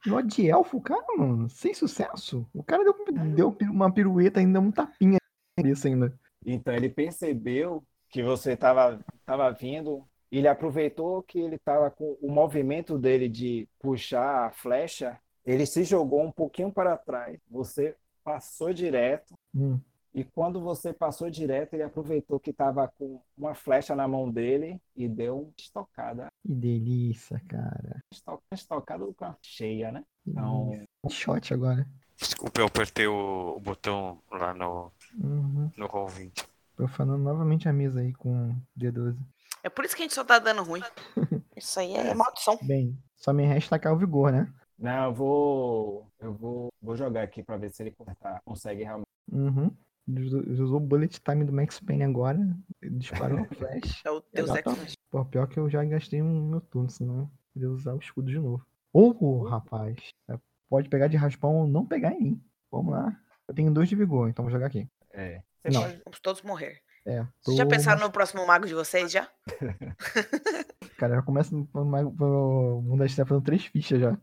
Filhote de elfo, cara, mano. Sem sucesso. O cara deu, deu uma pirueta ainda, um tapinha na cabeça ainda.
Então ele percebeu que você estava tava vindo. Ele aproveitou que ele estava com o movimento dele de puxar a flecha. Ele se jogou um pouquinho para trás. Você passou direto.
Hum.
E quando você passou direto, ele aproveitou que estava com uma flecha na mão dele e deu uma estocada.
Que delícia, cara.
Estoca- Estocada com a cheia, né?
Que
Então,
delícia. Shot agora.
Desculpa, eu apertei o, o botão lá no,
Uhum.
no roll 20.
Profanando novamente a mesa aí com D12.
É por isso que a gente só tá dando ruim. Isso aí é maldição.
Bem, só me resta tacar o vigor, né?
não, eu vou, eu vou, vou jogar aqui para ver se ele cortar, consegue realmente.
Uhum. Ele usou- ele usou o bullet time do Max Payne agora. Ele disparou o flash.
É o Deus
Exato.
Ex.
Pô, pior que eu já gastei um meu turno, senão eu ia usar o escudo de novo. Ô, rapaz. É, Pode pegar de raspão ou não pegar em mim. Vamos lá. Eu tenho dois de vigor, então vou jogar aqui.
É.
Vocês
Não.
vão- Vamos todos morrer.
É.
Vocês já
tô-
pensaram no próximo mago de vocês já?
Cara, já começa no- no no mundo das trevas fazendo três fichas já.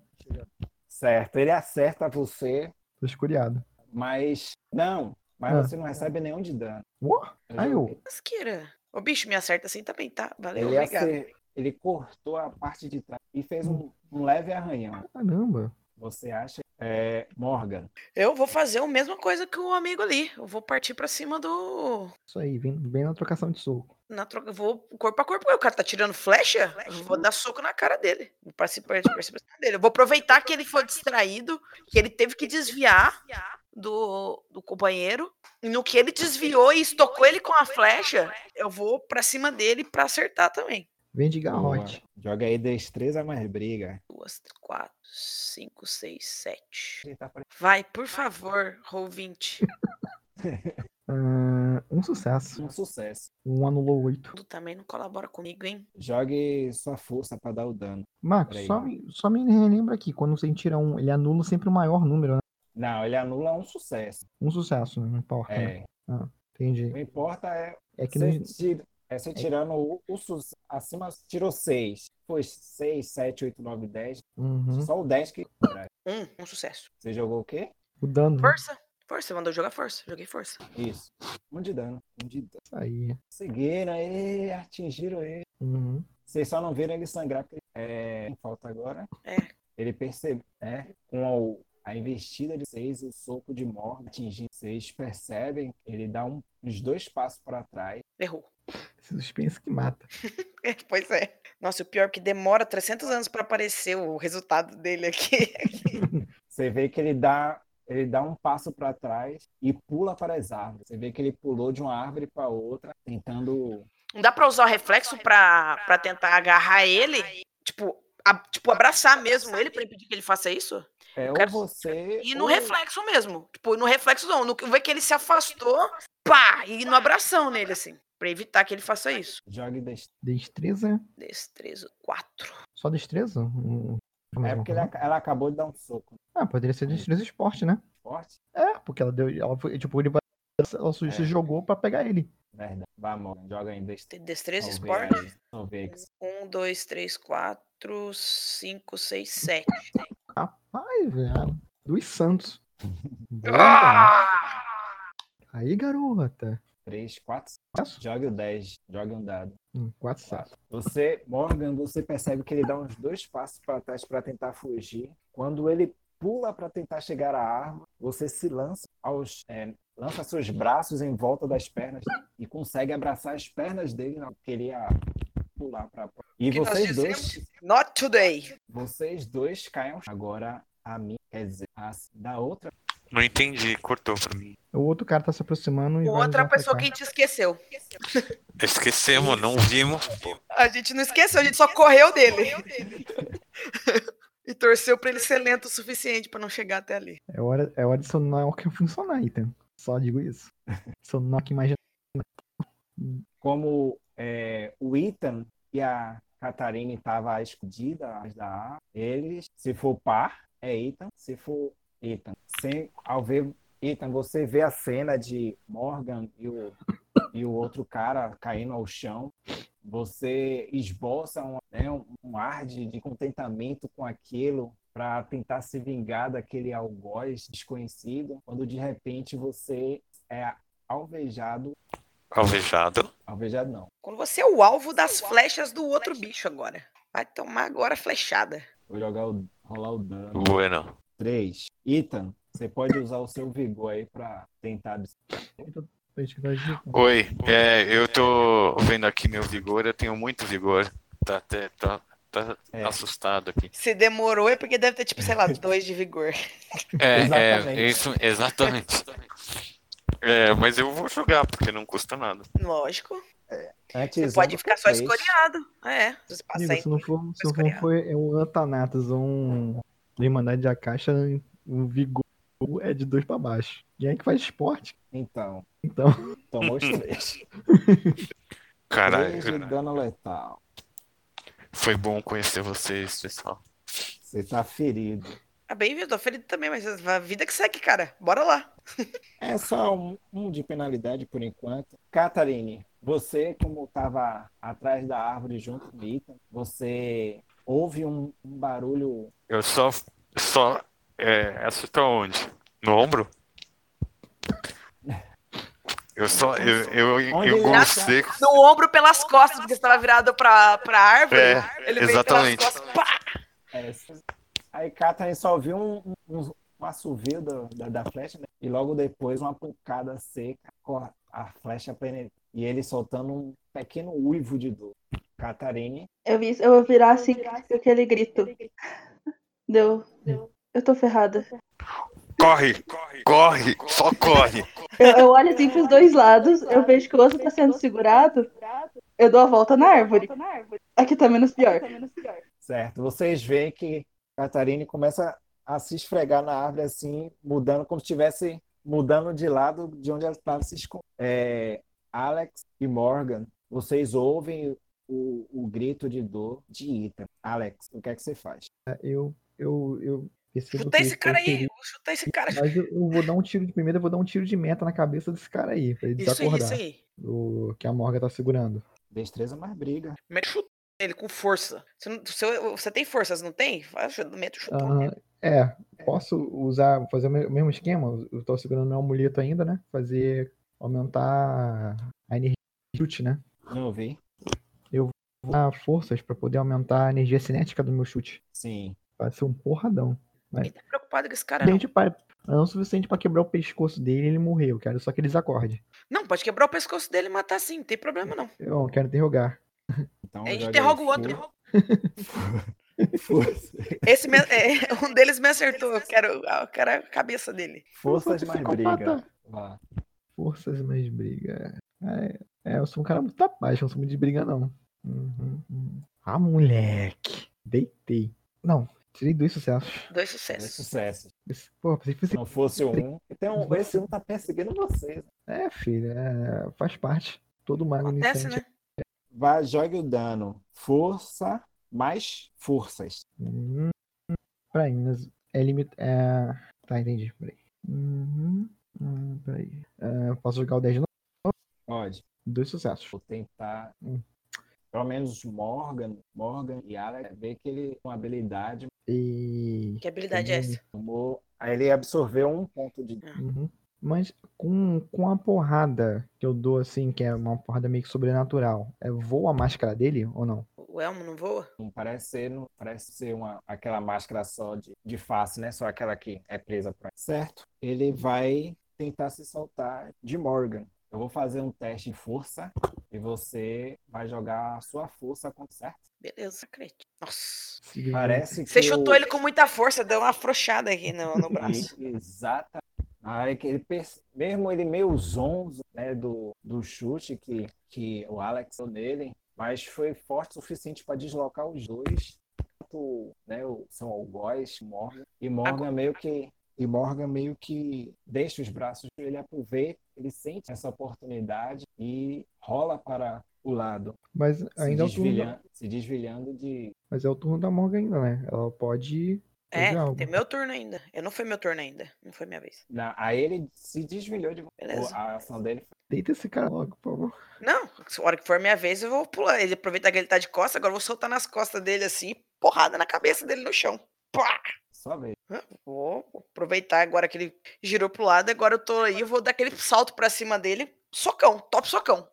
Certo, ele acerta você,
Tô escuriado.
mas não, mas
Ah.
você não recebe nenhum de dano.
Uou! Aí eu.
joguei.
Masqueira. O bicho me acerta assim também, tá? Valeu,
Ele,
obrigado.
acer- ele cortou a parte de trás e fez
Hum.
um, um leve arranhão.
Caramba.
Você acha? É, Morgan,
Eu vou fazer a mesma coisa que o amigo ali. Eu vou partir pra cima do.
Isso aí, vem, vem na trocação de soco.
Na troca, eu vou corpo a corpo. porque O cara tá tirando flecha. Eu vou dar soco na cara dele. Vou partir pra pra cima dele. Eu vou aproveitar que ele foi distraído, que ele teve que desviar do, do companheiro. E no que ele desviou e estocou ele com a flecha, eu vou pra cima dele pra acertar também.
Vem de
boa.
garrote.
joga aí destreza mais briga.
Duas, quatro, cinco, seis, sete.
Ele tá parecendo
Vai, por favor, roll 20.
Ahn, um sucesso.
um sucesso.
Um anulou oito.
mundo também não colabora comigo, hein?
Jogue sua força pra dar o dano.
Marcos,
Peraí.
só me, só me relembra aqui. Quando você tira um, ele anula sempre o maior número, né?
Não, ele anula um sucesso.
Um sucesso, né? Não importa. né?
É,
Entendi.
não importa é
É que
você,
não-
tira- é você tirando o, o sus- acima tirou 6. Foi 6, 7, 8, 9, 10.
Uhum.
Só o 10 que
Um, um sucesso.
você jogou o quê?
O dano. né?
Força, força, mandou jogar força. Joguei força.
Isso. Um de dano. Um de dano.
Isso aí.
Seguiram ele, atingiram ele.
Uhum.
Vocês só não viram ele sangrar. porque, É, quem falta agora.
É.
Ele percebeu, né? Com o- a investida de seis e o soco de Morgan atingindo vocês, percebem? Ele dá um, uns dois passos para trás.
Errou.
Esse suspense que mata.
É, *laughs* Pois é. Nossa, o pior é que demora 300 anos pra aparecer o resultado dele aqui. *laughs*
Você vê que ele dá, ele dá um passo para trás e pula para as árvores. Você vê que ele pulou de uma árvore para outra, tentando.
Não dá pra usar o reflexo pra, pra tentar agarrar ele? Tipo, a- tipo, abraçar mesmo ele pra impedir que ele faça isso?
É ou
Cara,
você.
E no
ou-
reflexo mesmo. Tipo, no reflexo não. No que vê que ele se afastou, pá! E no abração nele, assim. Pra evitar que ele faça isso.
Jogue dest...
Destreza.
Destreza 4.
Só destreza? Um- um-
É porque ele É ac- ela acabou de dar um soco
Ah, poderia ser destreza esporte, né?
forte. É.
É, porque ela deu. Ela foi, tipo, ele, ela se se jogou pra pegar ele.
Verdade. Vai, Morgan. Joga em destreza.
Tem destreza,
Vamos ver
esporte.
aí. Vamos ver aqui.
Um, dois, três, quatro, cinco, seis, sete.
Rapaz, velho. Dos Santos. Boa, Aí, garota.
3, 4.
Passo.
Jogue o 10. Jogue um dado.
Hum, Quatro sacos.
Você, Morgan, você percebe que ele dá uns dois passos para trás para tentar fugir. Quando ele pula para tentar chegar à arma, você se lança aos é, lança seus braços em volta das pernas e consegue abraçar as pernas dele na que ele ia pular para e
Que nós
vocês dois
dizemos? Not today.
vocês dois caem ao chão. agora a mim quer dizer a, da outra
Não entendi, cortou pra mim.
O outro cara tá se aproximando e. vai
Outra
usar
pessoa
atacar.
que a gente esqueceu.
Esquecemos, não vimos.
A gente não esqueceu, a gente só correu dele. *laughs* e torceu pra ele ser lento o suficiente pra não chegar até ali.
É hora, é hora de sonar o que funcionar, então. Só digo isso. Sonar que imagina.
como é, o Ethan e a Catarina estavam escondidas atrás da A, eles, se for par, é Ethan, se for Ethan. Sem, ao ver Ethan, você vê a cena de Morgan e o, e o outro cara caindo ao chão, você esboça um, né, um- um ar de, de contentamento com aquilo para tentar se vingar daquele algoz desconhecido, quando de repente você é alvejado,
Alvejado.
alvejado não,
Quando você é o alvo das flechas do outro bicho agora. Vai tomar agora a flechada.
Vou jogar o, rolar o dano.
Bueno.
3. Ethan, você pode usar o seu vigor aí pra tentar. abs-
Oi, é, eu tô vendo aqui meu vigor, eu tenho muito vigor. Tá até tá, tá
É.
assustado aqui.
Se demorou é porque deve ter, tipo, *laughs* sei lá, dois de vigor.
É, é,
Exatamente.
isso, exatamente. É, mas eu vou jogar, porque não custa nada.
Lógico.
Antes
Você pode
um,
ficar só
três.
escoriado. É. Se você
Amigo,
passar em
se não for, se não for
escolher.
foi é um Antanatas ou um Irmandade de Acaixa, o vigor é de dois pra baixo. E aí que faz esporte.
Então,
Então, *laughs*
tomou os três.
Caralho,
Três de dano letal.
foi bom conhecer vocês, pessoal.
Você tá ferido.
Ah, bem, eu tô ferido também, mas a vida que segue, cara. Bora lá.
É só um, um de penalidade por enquanto. Catarine, você, como estava atrás da árvore junto com Ethan, você ouve um, um barulho.
Eu só. só é, essa tá onde? No ombro? Eu só. Eu, eu, eu,
Onde ele
gostei.
Tá No ombro pelas costas, porque você tava virado pra, pra árvore.
É,
ele
exatamente.
veio pelas costas. Pá!
é, aí Catarine só ouviu um, um, um assovio da, da, da flecha né? e logo depois uma pancada seca com a, a flecha penetrando e ele soltando um pequeno uivo de dor. Catarine,
Eu, vi, eu vou virar assim com aquele grito. Deu. Eu tô ferrada.
Corre! Corre! Só corre!
Eu, eu olho assim pros dois lados, eu vejo que o outro tá sendo segurado, eu dou a volta na árvore. Aqui tá menos pior.
certo? Vocês veem que Catarine começa a se esfregar na árvore assim, mudando como se estivesse mudando de lado de onde ela estava se escondendo. É, Alex e Morgan, vocês ouvem o, o grito de dor de Ita. Alex, o que é que você faz?
eu, eu, eu percebo
Chuta
que
esse
foi
cara aí.
ferido,
Chuta esse cara.
Mas eu, eu vou dar um tiro de primeira, eu vou dar um tiro de meta na cabeça desse cara aí, pra ele
Isso aí,
desacordar.
isso aí.
O que a Morga tá segurando.
Destreza mais briga.
Mete chuta ele com força. Você, não- você- você tem forças, não tem? Vai, chu- Mete o chutão.
Aham, é, posso usar, fazer o me- o mesmo esquema? Eu tô segurando meu amuleto ainda, né? Fazer aumentar a energia de chute, né?
Não vi.
Vou dar forças pra poder aumentar a energia cinética do meu chute.
Sim.
Vai ser um porradão.
Ele tá preocupado com esse cara, não.
Gente, pra, não é o suficiente pra quebrar o pescoço dele e ele morrer. Eu quero só que ele desacorde.
Não, pode quebrar o pescoço dele e matar sim, não tem problema não.
Eu não quero interrogar.
Então,
A gente
joga
interroga o
aí.
outro.
Força-
Esse me- é,
*laughs*
um deles me acertou. Eu quero, ah, eu quero a cabeça dele.
Forças
Eu sou
mais
psicopata.
briga. Vá.
Forças mais briga. É, é, eu sou um cara muito da paz, eu não sou muito de briga, não. Uhum, uhum. Ah, moleque. Deitei. Não, tirei dois sucessos.
Dois
Dois
sucessos.
sucessos.
Esse- Pô, pensei que fosse
Se não fosse um. Então, esse um tá perseguindo vocês.
É, filho, é, faz parte. Todo mago
Acontece,
iniciante.
né?
Vá, jogue o dano. Força mais forças.
Hum, pra Inas é limite. É... Tá, entendi. Peraí. Uhum, hum, peraí. É, posso jogar o 10 de novo?
Pode.
Dois sucessos.
Vou tentar.
Hum.
Pelo menos Morgan, Morgan e Alex, ver que ele com habilidade
E.
Que habilidade é essa?
tomou. Aí ele absorveu um ponto de.
Uhum. Mas com, com a porrada que eu dou, assim, que é uma porrada meio que sobrenatural, é, voa a máscara dele ou não?
O elmo não voa?
Não parece ser, não parece ser uma, aquela máscara só de, de face, né? Só aquela que é presa pra. Certo? Ele vai tentar se soltar de Morgan. Eu vou fazer um teste de força e você vai jogar a sua força contra, certo?
Beleza, acredito. Nossa.
Significa-
Parece que.
Uhum. Você chutou
o-
ele com muita força, deu uma afrouxada aqui no,
*laughs*
no braço.
E- Exata. Na área que ele perce- mesmo ele meio zonzo, né, do, do chute que, que o Alex deu nele, mas foi forte o suficiente para deslocar os dois, o, né, o São Algoz, Morgan, e Morgan meio que e Morgan meio que deixa os braços, ele aproveita, ele sente essa oportunidade e rola para o lado,
Mas ainda é o
se,
turno da,
desvilhando, se desvilhando de
mas é o turno da Morgan ainda, né? Ela pode.
É,
fazer algo.
tem meu turno ainda. Eu não foi meu turno ainda. Não foi minha vez.
na, aí ele se desvilhou de
Beleza.
a ação dele
Deita esse cara logo, por favor.
Não, a hora que for minha vez, eu vou pular. Ele aproveita que ele tá de costas, agora eu vou soltar nas costas dele assim, porrada na cabeça dele no chão. Pá!
só vez.
Vou aproveitar agora que ele girou pro lado, agora eu tô aí, eu vou dar aquele salto pra cima dele, socão, top socão.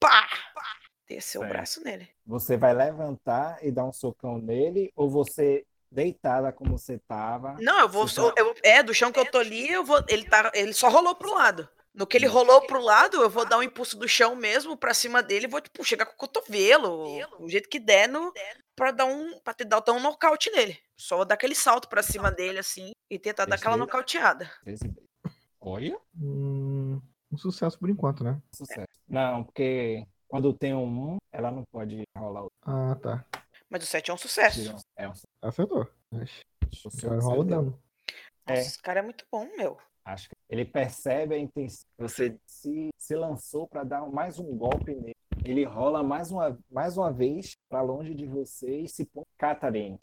Pá! Pá! Desceu o
Certo.
braço nele.
Você vai levantar e dar um socão nele, ou você deitada como você tava.
Não, eu vou,
Sim,
eu,
tá.
eu- é, do chão que eu tô ali, eu vou, ele tá, ele só rolou pro lado. No que ele rolou pro lado, eu vou dar um impulso do chão mesmo pra cima dele, vou tipo chegar com o cotovelo, do jeito que der no para dar um, para te dar, dar um nocaute nele. Só vou dar aquele salto pra cima dele assim e tentar dar aquela
Perfeito.
nocauteada.
Esse- Olha,
Hum, um sucesso por enquanto, né?
sucesso. Não, porque quando tem um, ela não pode rolar outro.
Ah, tá.
Mas o 7 é um sucesso.
Tira um- É um
Acertou. Acho.
sucesso.
Agora rola o dano.
É.
Nossa, esse cara é muito bom, meu.
Acho que ele percebe a intenção. Você se, se lançou para dar mais um golpe nele. Ele rola mais uma, mais uma vez para longe de você e se põe. Catarine,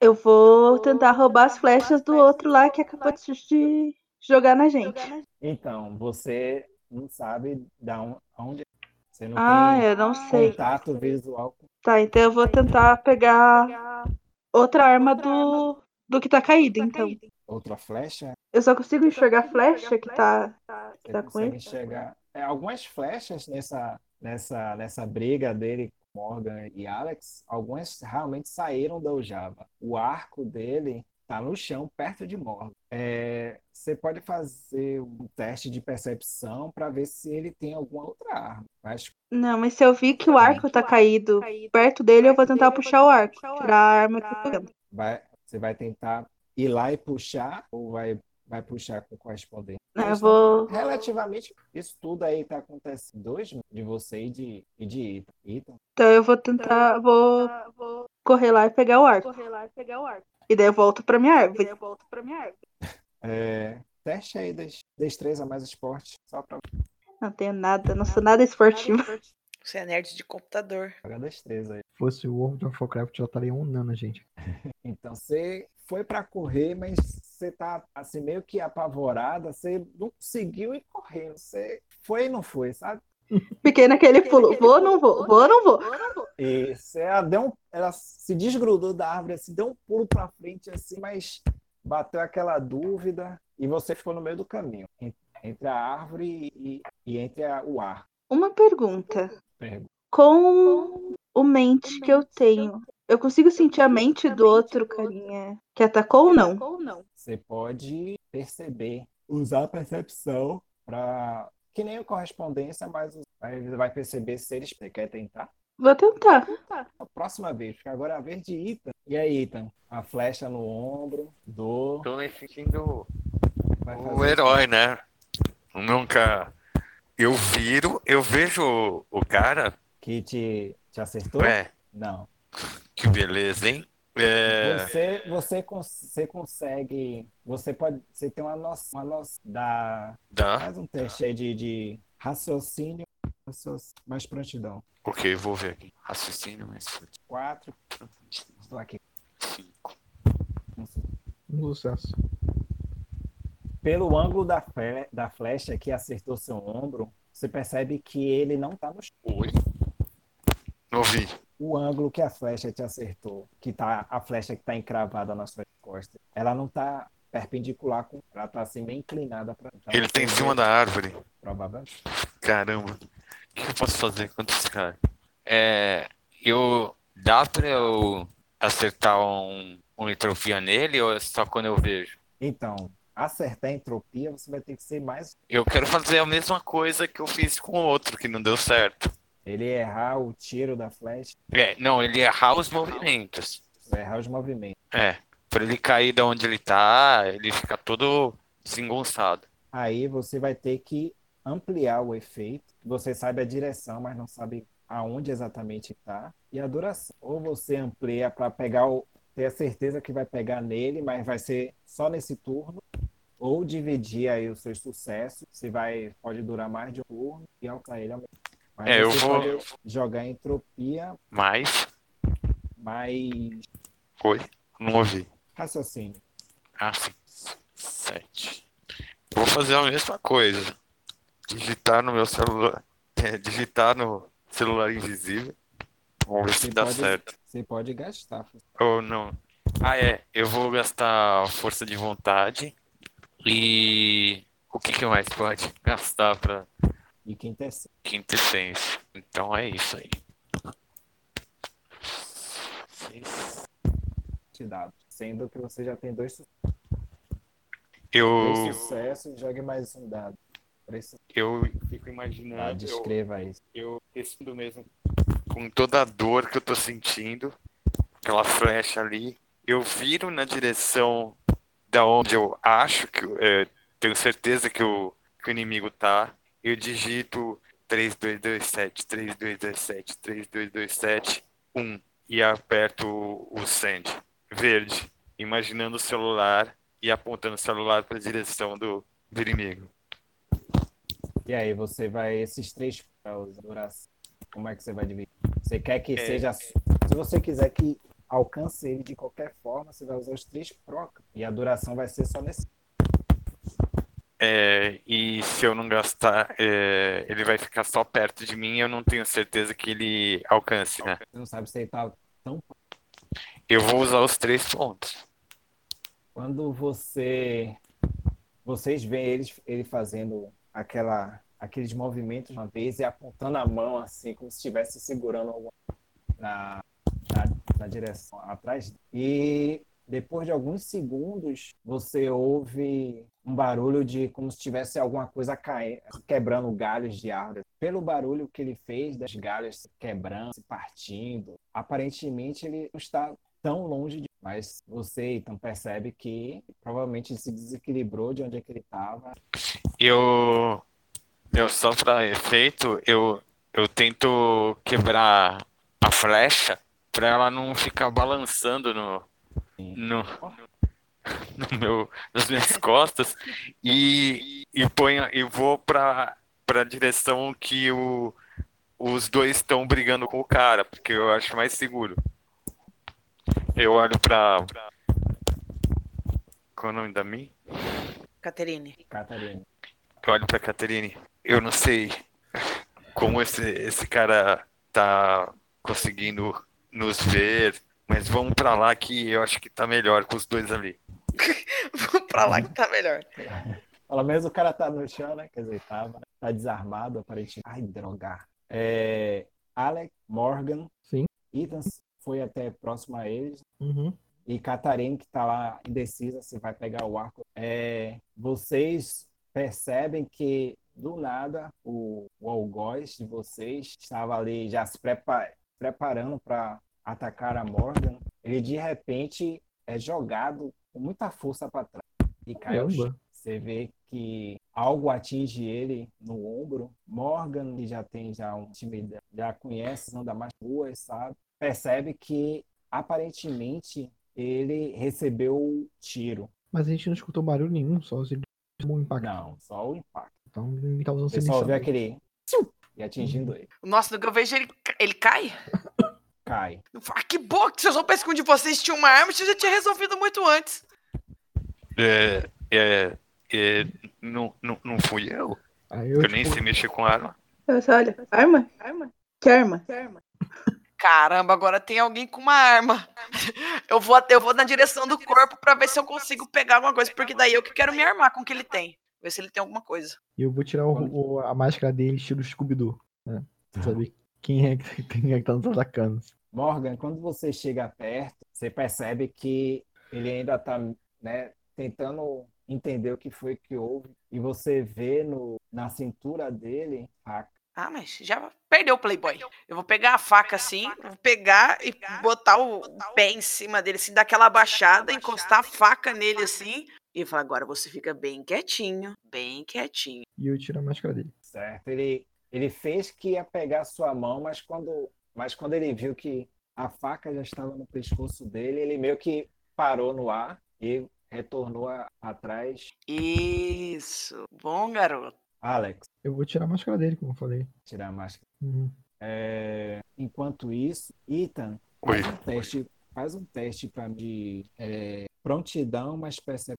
Eu vou tentar roubar as flechas do outro lá que acabou de de jogar na gente.
então, você não sabe da on- onde. Você não
Ah,
tem
eu não sei.
contato visual com
Tá, então eu vou tentar pegar outra arma do, do que tá caído, então.
outra flecha.
Eu só consigo enxergar a flecha que tá, que
Você
tá com
consegue
ele.
enxergar é, algumas flechas nessa, nessa, nessa briga dele com Morgan e Alex. Algumas realmente saíram da aljava. O arco dele tá no chão, perto de Morgan. É, você pode fazer um teste de percepção para ver se ele tem alguma outra arma. Mas
Não, mas se eu vi que o arco tá caído perto dele, eu vou tentar puxar o arco. Tirar a arma que eu tô pegando.
vai, você vai tentar ir lá e puxar ou vai, vai puxar com correspondente?
Eu vou.
Relativamente, isso tudo aí tá acontecendo. Dois de você e de, e de Ethan. Ethan,
Então eu vou tentar. então, Vou correr lá e pegar o arco. E daí eu volto pra minha árvore.
É, teste aí des- destreza mais esporte, só pra
Não tenho nada, não sou nada esportiva.
Você é nerd de computador.
jogar destreza aí.
Se fosse o World of Warcraft, ela estaria um nano, gente.
Então você foi pra correr, mas você tá assim meio que apavorada, você não conseguiu ir correndo, você foi e não foi, sabe?
*laughs* Fiquei naquele pulo. Vou ou não vou? Vou ou não vou?
E você ela deu um- ela se desgrudou da árvore, se deu um pulo pra frente assim, mas bateu aquela dúvida e você ficou no meio do caminho, en- entre a árvore e, e entre a- o ar.
Uma pergunta.
Pergunta.
Com o mente que eu tenho, eu consigo sentir a mente do outro carinha que atacou ou não?
Você pode perceber, usar a percepção para que nem a correspondência, mas aí você vai perceber se eles você quer tentar.
Vou tentar.
A próxima vez, porque agora é a vez de Ethan. E aí, Ethan? A flecha no ombro, dor,
Tô me sentindo
vai
o
fazer.
herói, né? Nunca. Eu viro, eu vejo o- o cara.
Que te, te acertou?
Ué,
Não.
que beleza, hein? É,
Você, você, cons- você consegue. Você pode. Você tem uma noção. Uma noção da,
dá.
faz um teste aí de, de raciocínio, raciocínio. Mais prontidão.
Ok, vou ver aqui. Raciocínio mais forte.
Quatro. Estou aqui.
Cinco.
Um sucesso.
Pelo ângulo da, fe- da flecha que acertou seu ombro, Você percebe que ele não tá no chão.
Oi. Não ouvi.
O ângulo que a flecha te acertou, que tá a flecha que tá encravada nas suas costas, ela não tá perpendicular com, ela tá assim bem inclinada para.
Ele tá em cima da árvore.
Provavelmente.
Caramba. O que eu posso fazer contra esse cara? É. Eu. Dá pra eu acertar um, um entropia nele ou é só quando eu vejo?
Então, acertar a entropia, você vai ter que ser mais.
Eu quero fazer a mesma coisa que eu fiz com o outro, que não deu certo.
Ele errar o tiro da flecha,
É, não, ele errar os movimentos.
você errar os movimentos.
É. Pra ele cair da onde ele tá, ele fica todo desengonçado.
Aí você vai ter que ampliar o efeito. Você sabe a direção, mas não sabe aonde exatamente tá. E a duração. Ou você amplia para pegar o. ter a certeza que vai pegar nele, mas vai ser só nesse turno. Ou dividir aí os seus sucessos. Se vai. Pode durar mais de um turno e alcançar ele ao mesmo. tempo. Mas
É, eu
você
vou-
pode jogar entropia
Mas.
mais
Oi? Não ouvi.
raciocínio.
Ah, sim. Sete. Vou fazer a mesma coisa. Digitar no meu celular. *laughs* é, digitar no celular invisível. Vamos ver se
Você
dá
pode-
certo.
Você pode gastar.
Ou não. Ah, é. Eu vou gastar força de vontade. E. O que, que mais pode gastar pra
E quem terceiro.
quinta essência? Então é isso aí. Seis.
te dado. Sendo que você já tem dois, su- dois
Eu,
sucessos, jogue mais um dado. Três sucessos.
eu fico
Tá,
imaginando. Hum, eu-
descreva isso.
Eu respondo mesmo. Com toda a dor que eu tô sentindo, aquela flecha ali, eu viro na direção da onde eu acho que é, tenho certeza que o, que o inimigo tá. Eu digito 3227, 3227, 3227, 1 e aperto o, o send verde, imaginando o celular e apontando o celular para a direção do, do inimigo.
E aí, você vai. Esses três pra usar duração. Como é que você vai dividir? Você quer que
É.
seja. Se você quiser que alcance ele de qualquer forma, você vai usar os três proc. E a duração vai ser só nesse.
É, e se eu não gastar, é, ele vai ficar só perto de mim, eu não tenho certeza que ele alcance, né?
Você não sabe se ele tá tão
Eu vou usar os três pontos.
quando você vocês veem eles ele fazendo aquela aqueles movimentos uma vez e apontando a mão assim como se estivesse segurando alguma na, na, na direção atrás e depois de alguns segundos você ouve um barulho de como se tivesse alguma coisa caindo quebrando galhos de árvore pelo barulho que ele fez das galhas se quebrando se partindo aparentemente ele não está tão longe de. Mas você então percebe que provavelmente se desequilibrou de onde é que ele estava.
Eu, eu só para efeito, eu, eu tento quebrar a flecha para ela não ficar balançando no, no, no meu, nas minhas costas e, e ponho, e vou para para a direção que o, os dois estão brigando com o cara, porque eu acho mais seguro. Eu olho para qual é o nome da mim?
Caterine.
Catarina.
Eu olho pra Caterine. Eu não sei como esse, esse cara tá conseguindo nos ver, mas vamos pra lá que eu acho que tá melhor com os dois ali.
Vamos pra lá que *laughs* tá melhor.
Pelo menos o cara tá no chão, né? Quer dizer, tava, né? tá desarmado, aparentemente. Ai, droga. É, Alec, Morgan,
Sim.
Ethan foi até próximo a eles.
Uhum.
E Catarina, que tá lá indecisa se vai pegar o arco. É, vocês percebem que, do nada, o, o algoz de vocês estava ali já se prepa- preparando para atacar a Morgan. Ele, de repente, é jogado com muita força para trás e cai ao chão.
Caramba.
Você vê que algo atinge ele no ombro. Morgan, que já tem já um time, de- já conhece, anda mais ruas, sabe? Percebe que aparentemente ele recebeu o tiro.
Mas a gente não escutou barulho nenhum, só se ele tomou um impacto.
Não, só o impacto.
Então ele tá usando
Você só vê
silenciador.
aquele tchiu e atingindo ele.
Nossa, no que eu vejo ele, ele cai.
Cai.
Eu falo, Ah, que boa que vocês vão pensar que um de vocês tinha uma arma, isso eu já tinha resolvido muito antes.
É, é, é, não, não, não fui eu?
Aí eu,
Eu nem
tipo,
sei mexer com arma.
Eu só olho, arma? Arma? Que arma?
Caramba, agora tem alguém com uma arma. *laughs* Eu vou, eu vou na direção do corpo pra ver se eu consigo pegar alguma coisa, porque daí eu que quero me armar com o que ele tem. Ver se ele tem alguma coisa.
E eu vou tirar o- o- a máscara dele, estilo Scooby-Doo. Né? Pra Saber quem é, que, *laughs* quem é que tá nos atacando.
Morgan, quando você chega perto, você percebe que ele ainda está, né, tentando entender o que foi que houve. E você vê no, na cintura dele a
Ah, mas já perdeu o Playboy. Eu vou pegar a faca assim, vou pegar e botar o o pé em cima dele, assim, dar aquela baixada, encostar a faca nele assim. E falar, agora você fica bem quietinho, bem quietinho.
E eu tiro a máscara dele.
Certo. Ele, ele fez que ia pegar sua mão, mas quando, mas quando ele viu que a faca já estava no pescoço dele, ele meio que parou no ar e retornou a- atrás.
Isso, bom garoto.
Alex,
Eu vou tirar a máscara dele, como eu falei.
tirar a máscara.
Uhum.
É, enquanto isso, Ethan,
Oi.
faz um teste, faz um teste para de é, prontidão, mas percepção.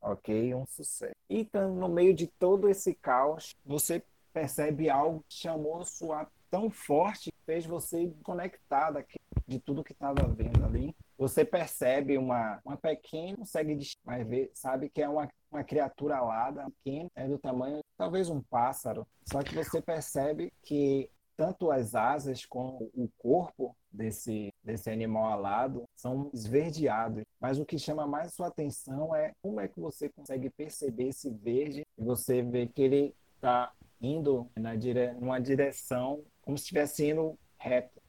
Ok, um sucesso. Ethan, no meio de todo esse caos, você percebe algo que chamou sua tão forte, que fez você conectar daqui, de tudo que estava vendo ali. Você percebe uma, uma pequena, consegue dis- mas vê, sabe que é uma, uma criatura alada, pequena, é do tamanho, talvez um pássaro. Só que você percebe que tanto as asas como o corpo desse, desse animal alado são esverdeados. Mas o que chama mais sua atenção é como é que você consegue perceber esse verde e você vê que ele está indo na dire... numa direção como se estivesse indo reto,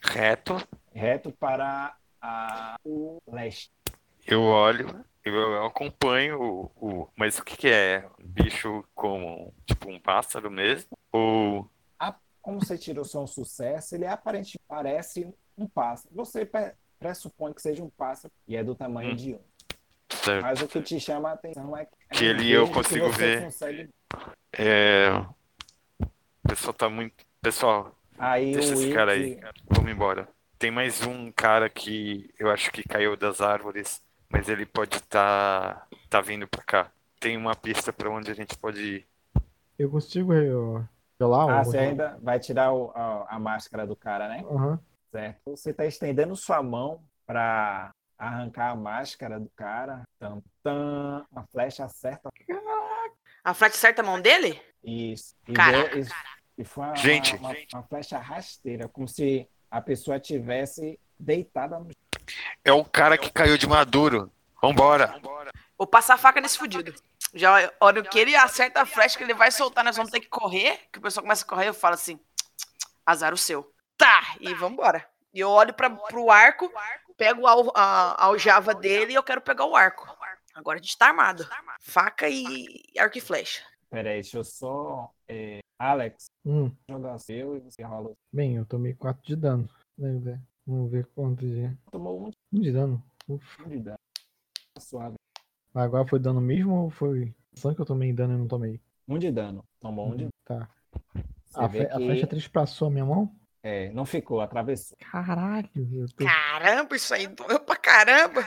Reto,
reto para a... o leste.
eu olho, eu, eu acompanho o, o- Mas o que, que é? Um bicho como. Tipo um pássaro mesmo? Ou.
Como você tirou só um sucesso, ele aparentemente parece um pássaro. Você pe- pressupõe que seja um pássaro e é do tamanho
Hum.
de um.
Certo.
Mas o que te chama a atenção é que,
Que
é um
ele- eu
verde
consigo
você
ver.
consegue-
É. O pessoal tá muito. Pessoal,
Aí
deixa
o
esse
It-
cara aí. Vamos embora. Tem mais um cara que eu acho que caiu das árvores, mas ele pode estar tá, tá vindo pra cá. Tem uma pista pra onde a gente pode ir.
Eu consigo eu, revelar
Ah,
o-
você ainda vai tirar o- a, a máscara do cara, né?
Aham.
Certo. Você está estendendo sua mão para arrancar a máscara do cara. Tam, tam, a flecha acerta.
A flecha certa a mão dele?
Isso. E,
Caraca,
deu- isso- e foi uma,
Gente.
uma- uma flecha rasteira, como se a pessoa tivesse deitada no
É o cara que caiu de Maduro. Vambora.
Vou passar a faca nesse fudido. Já olha que ele acerta a flecha que ele vai soltar, nós vamos ter que correr. Que o pessoal começa a correr, eu falo assim: azar o seu. Tá, e vambora. E eu olho para pro arco, pego a, a, a aljava dele e eu quero pegar o arco. Agora a gente tá armado. Faca e e arco e flecha.
Peraí, deixa eu só. é, Alex,
Hum.
joga o seu e você rola. o-
Bem, eu tomei 4 de dano. Né, Zé? Vamos ver quanto de.
Tomou um
1 de dano. Ufa.
tiro de dano. Suave.
Mas Agora foi dano mesmo ou foi. Só que eu tomei dano e não tomei?
Um de dano. Tomou um de dano.
Tá.
Você
A,
vê
fe- a
que-
flecha trespassou a minha mão?
É, não ficou, atravessou.
Caralho, eu
Hum.
tô-
Caramba, isso aí doeu pra caramba.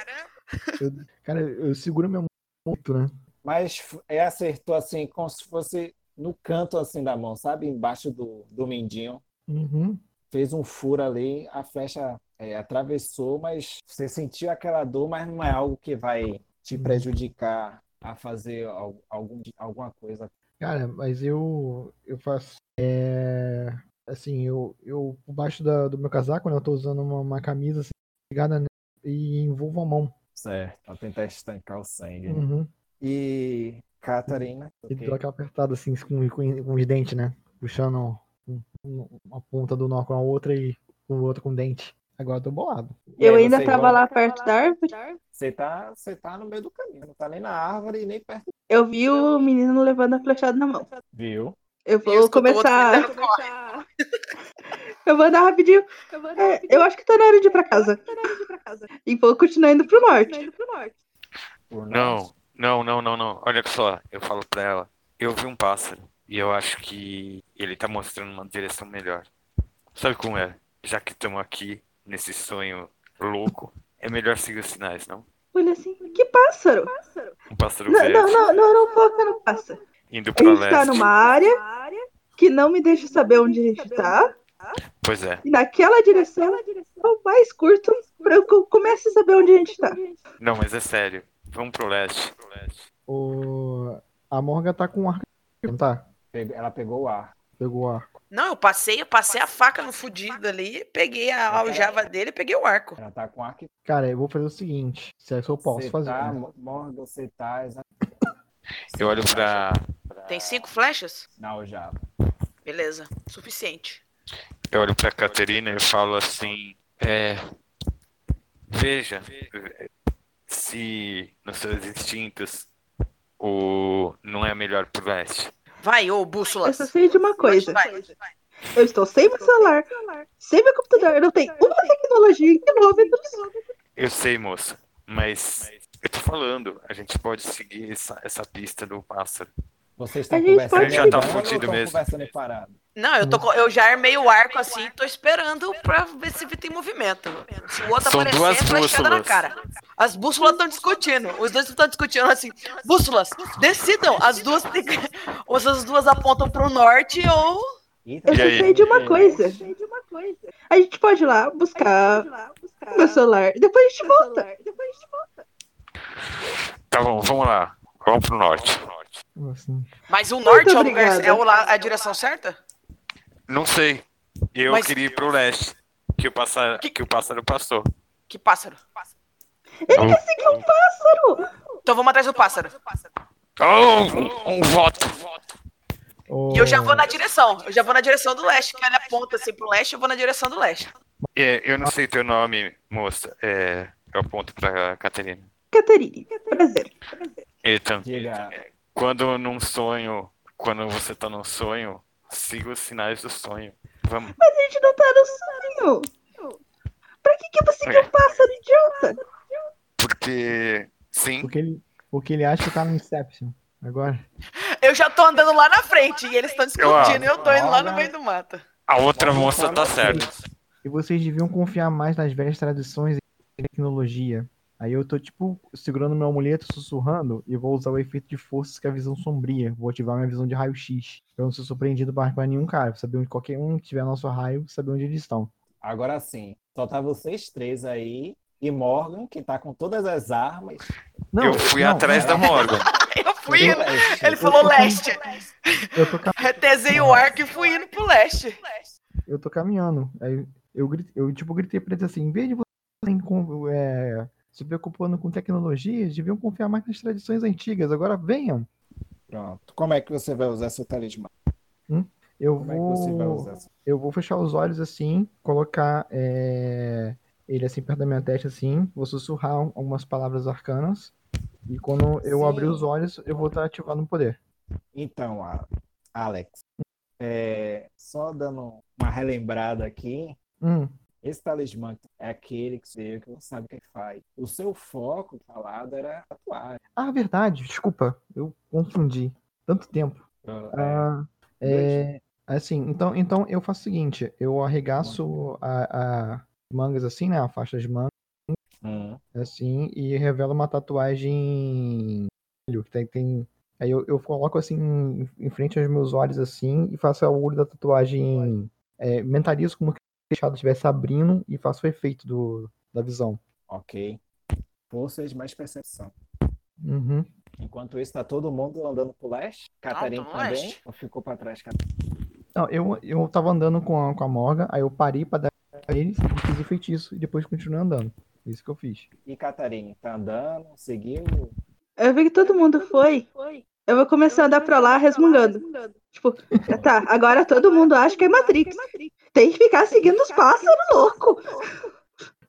Cara, eu seguro minha mão muito, né?
Mas f- é acertou assim, como se fosse no canto assim da mão, sabe? Embaixo do, do mindinho.
Uhum.
Fez um furo ali, a flecha é, atravessou, mas você sentiu aquela dor, mas não é algo que vai
Uhum.
te prejudicar a fazer al- algum, alguma coisa.
Cara, mas eu. Eu faço. É. Assim, eu, eu por baixo da- do meu casaco, né? Eu tô usando uma, uma camisa assim, ligada né, e envolvo a mão.
Certo, pra tentar estancar o sangue. né?
Uhum.
E Catarina,
E
ok.
dou aquela apertada assim com, com- com os dentes, né? Puxando um- um- uma ponta do nó com a outra e com o outro com o dente. Agora eu tô bolado.
E aí,
Eu ainda
vocês
tava
vão-
lá perto da árvore.
Você tá, você tá no meio do caminho, não tá nem na árvore nem perto.
Eu vi o menino levando a flechada na mão.
Viu?
Eu
Eu
vou
escuto o outro
começar.
gritando, corre.
Eu vou andar rapidinho. É, eu acho que tá na hora de ir pra casa. E vou continuar indo pro norte.
Por
Não, não, não, não, não. Olha só, eu falo pra ela. Eu vi um pássaro e eu acho que ele tá mostrando uma direção melhor. Sabe como é? Já que estamos aqui nesse sonho louco, é melhor seguir os sinais, não?
Olha assim, que pássaro!
Um pássaro
Não, não,
verde.
não, não, não foca no pássaro.
indo
A
pra
gente tá
leste.
numa área que não me deixa saber onde a gente tá.
Pois é.
E naquela direção é o mais curto pra eu co- comece a saber onde a gente tá.
Não, mas é sério. Vamos pro leste.
O... A Morgan tá com um arco. Não tá?
Pegou- Ela pegou o ar.
Pegou o arco.
Não, eu passei, eu passei a faca no fudido ali, peguei a
Tá
aljava dele e peguei o arco.
Ela tá com ar que
Cara, eu vou fazer o seguinte. Se é que eu posso
Cê
fazer.
Tá,
né?
Mo- Morgan, você tá exa-
Eu olho pra.
Tem cinco flechas?
na aljava.
Beleza, suficiente.
Eu olho pra Caterina e falo assim. É. Veja se nos seus instintos o não é melhor pro leste.
Vai, ô bússola.
Eu só sei de uma coisa.
Vai,
Eu estou sem meu celular, sem meu computador. Eu não tenho uma tecnologia que envolve tudo isso.
Eu sei, moça, mas eu tô falando, a gente pode seguir essa, essa pista do pássaro.
Vocês estão
A gente
conversando.
pode-
Eu já tava
andando ou
fudido
tão
mesmo.
conversando em parado.
Não, eu, tô, co- eu já armei o arco assim, tô esperando pra ver se tem movimento. Se o outro
São
aparecer,
duas
é flechada na
bússolas.
cara. As bússolas estão discutindo. Os dois estão discutindo assim. Bússolas, decidam. As duas, têm que- ou se as duas apontam pro norte ou.
Eita,
Eu só
E aí?
sei de uma coisa. A gente pode ir lá buscar meu celular. Depois a gente volta.
Tá bom, vamos lá. Vamos pro norte.
Assim.
Mas o norte é, o lugar,
obrigada.
é o la- a direção certa?
Não sei. Eu
Mas-
queria ir pro leste. Que o pássaro,
Que-
que o pássaro passou.
Que pássaro?
Ele quer seguir um pássaro!
Então vamos atrás do pássaro.
Oh, um, um voto.
O...
E eu já vou na direção. Eu já vou na direção do leste. Que ele aponta assim pro leste, eu vou na direção do leste.
É, eu não sei teu nome, moça. É, eu aponto pra Caterina.
Caterine, prazer.
Eita,
diga.
quando num sonho, quando você tá num sonho, siga os sinais do sonho. Vamos.
Mas a gente não tá no sonho! Pra que, que eu vou seguir um pássaro idiota?
Porque, sim,
Porque ele, porque ele acha que tá no Inception. Agora.
Eu já tô andando lá na frente e eles estão discutindo e eu tô indo lá
olha.
no meio do mato.
a outra moça tá certa.
E vocês deviam confiar mais nas velhas tradições e tecnologia. Aí eu tô, tipo, segurando meu amuleto, sussurrando, e vou usar o efeito de forças que é a visão sombria. Vou ativar minha visão de raio-x. Pra eu não ser surpreendido por por nenhum cara. Pra saber onde qualquer um que tiver nosso raio, saber onde eles estão.
Agora sim. Só tá vocês três aí. E Morgan, que tá com todas as armas.
Não,
eu fui
não,
atrás
é,
da Morgan.
Eu fui indo.
é
Leste.
Ele falou leste.
Eu tô, ca-
Retezei o arco e fui indo pro leste.
eu tô caminhando. Aí eu, gri- eu, tipo, gritei pra eles assim, em vez de vocês com- é, se preocupando com tecnologias, deviam confiar mais nas tradições antigas. Agora venham.
Pronto. Como é que você vai usar seu talismã?
Eu
Como é que
vou...
você
Oh.
vai usar seu
Eu vou fechar os olhos assim, colocar é, ele assim perto da minha testa assim, vou sussurrar um- algumas palavras arcanas e quando eu
Sim.
abrir os olhos eu vou estar ativando o poder.
Então, a- Alex, é, só dando uma relembrada aqui,
Hum,
esse talismã é aquele que você, que você sabe o que faz. O seu foco falado era atuar.
Ah, verdade, desculpa, eu confundi. Tanto tempo.
Então, é,
Ah, é, assim, então, então eu faço o seguinte, eu arregaço a, a mangas assim, né, a faixa de manga
hum,
assim e revelo uma tatuagem vermelho, que tem, tem... aí eu, eu coloco assim em- em frente aos meus olhos assim e faço o olho da tatuagem é, mentalizo como que o fechado estivesse abrindo e faço o efeito do, da visão
ok. Forças mais percepção.
Uhum.
Enquanto isso, tá todo mundo andando pro leste. Catarina
Ah, pro
também.
leste.
Ou ficou pra trás, Catarina?
Não, eu, eu tava andando com a, com a Morga, aí eu parei pra dar pra eles e fiz o feitiço e depois continuei andando. É Isso que eu fiz.
E Catarina, tá andando, seguiu.
Eu vi que todo mundo foi. Eu vou começar a andar pra lá resmungando. Tipo, tá, agora todo mundo acha que é Matrix. Tem que ficar seguindo os pássaros louco.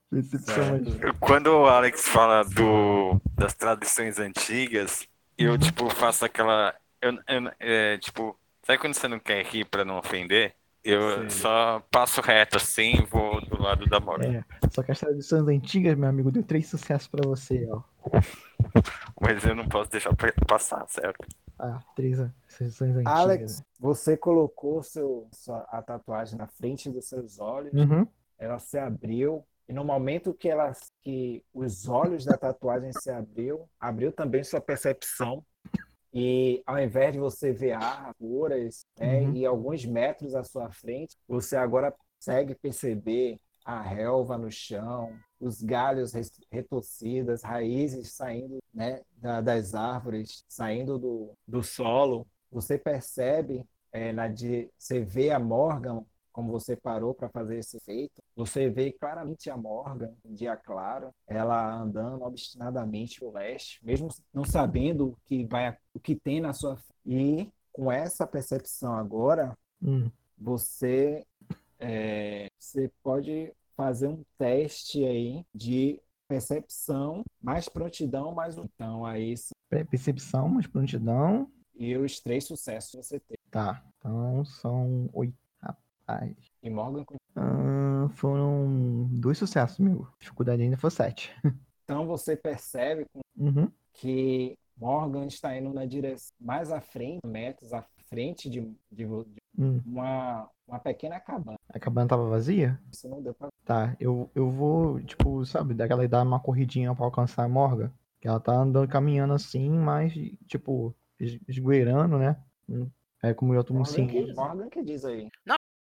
Percepção de
*laughs* Quando o Alex fala do, das tradições antigas,
Uhum.
eu, tipo, faço aquela. Eu, eu- é, tipo, sabe quando você não quer rir pra não ofender? Eu
Sim.
só passo reto assim e vou do lado da Morgan.
É. Só que as tradições antigas, meu amigo, deu três sucessos pra você, ó.
Mas eu não posso deixar pra- passar, certo?
Ah, três an- tradições antigas.
Alex, você colocou seu, sua, a tatuagem na frente dos seus olhos.
Uhum.
ela se abriu e no momento que ela que os olhos da tatuagem se abriu, abriu também sua percepção E ao invés de você ver arvoras né,
Uhum.
e alguns metros à sua frente, você agora consegue perceber a relva no chão, os galhos res- retorcidos, raízes saindo né, da- das árvores, saindo do, do solo. Você percebe, eh, na, di- você vê a Morgan, como você parou para fazer esse feito, você vê claramente a Morgan, em dia claro, ela andando obstinadamente para o leste, mesmo não sabendo o que vai, o que tem na sua frente. E com essa percepção agora,
Hum.
você é, você pode fazer um teste aí de percepção, mais prontidão, mais um. Então aí s-
Peraí, Percepção, mas prontidão.
e os três sucessos você teve.
Tá. Então são oito. Rapaz.
E Morgan
Ah, foram dois sucessos, meu. Dificuldade ainda foi sete.
então você percebe
Uhum.
que Morgan está indo na direção mais à frente, metros à frente de, de, vo- de
Hum.
uma, uma pequena cabana.
A cabana tava vazia?
Isso não deu pra
Tá, eu, eu vou, tipo, sabe, daquela dar uma corridinha pra alcançar a Morgan. Que ela tá andando, caminhando assim, mas, tipo, es- esgueirando, né? Hum. É como eu tomo
Morgan,
sim.
que, Morgan que diz aí.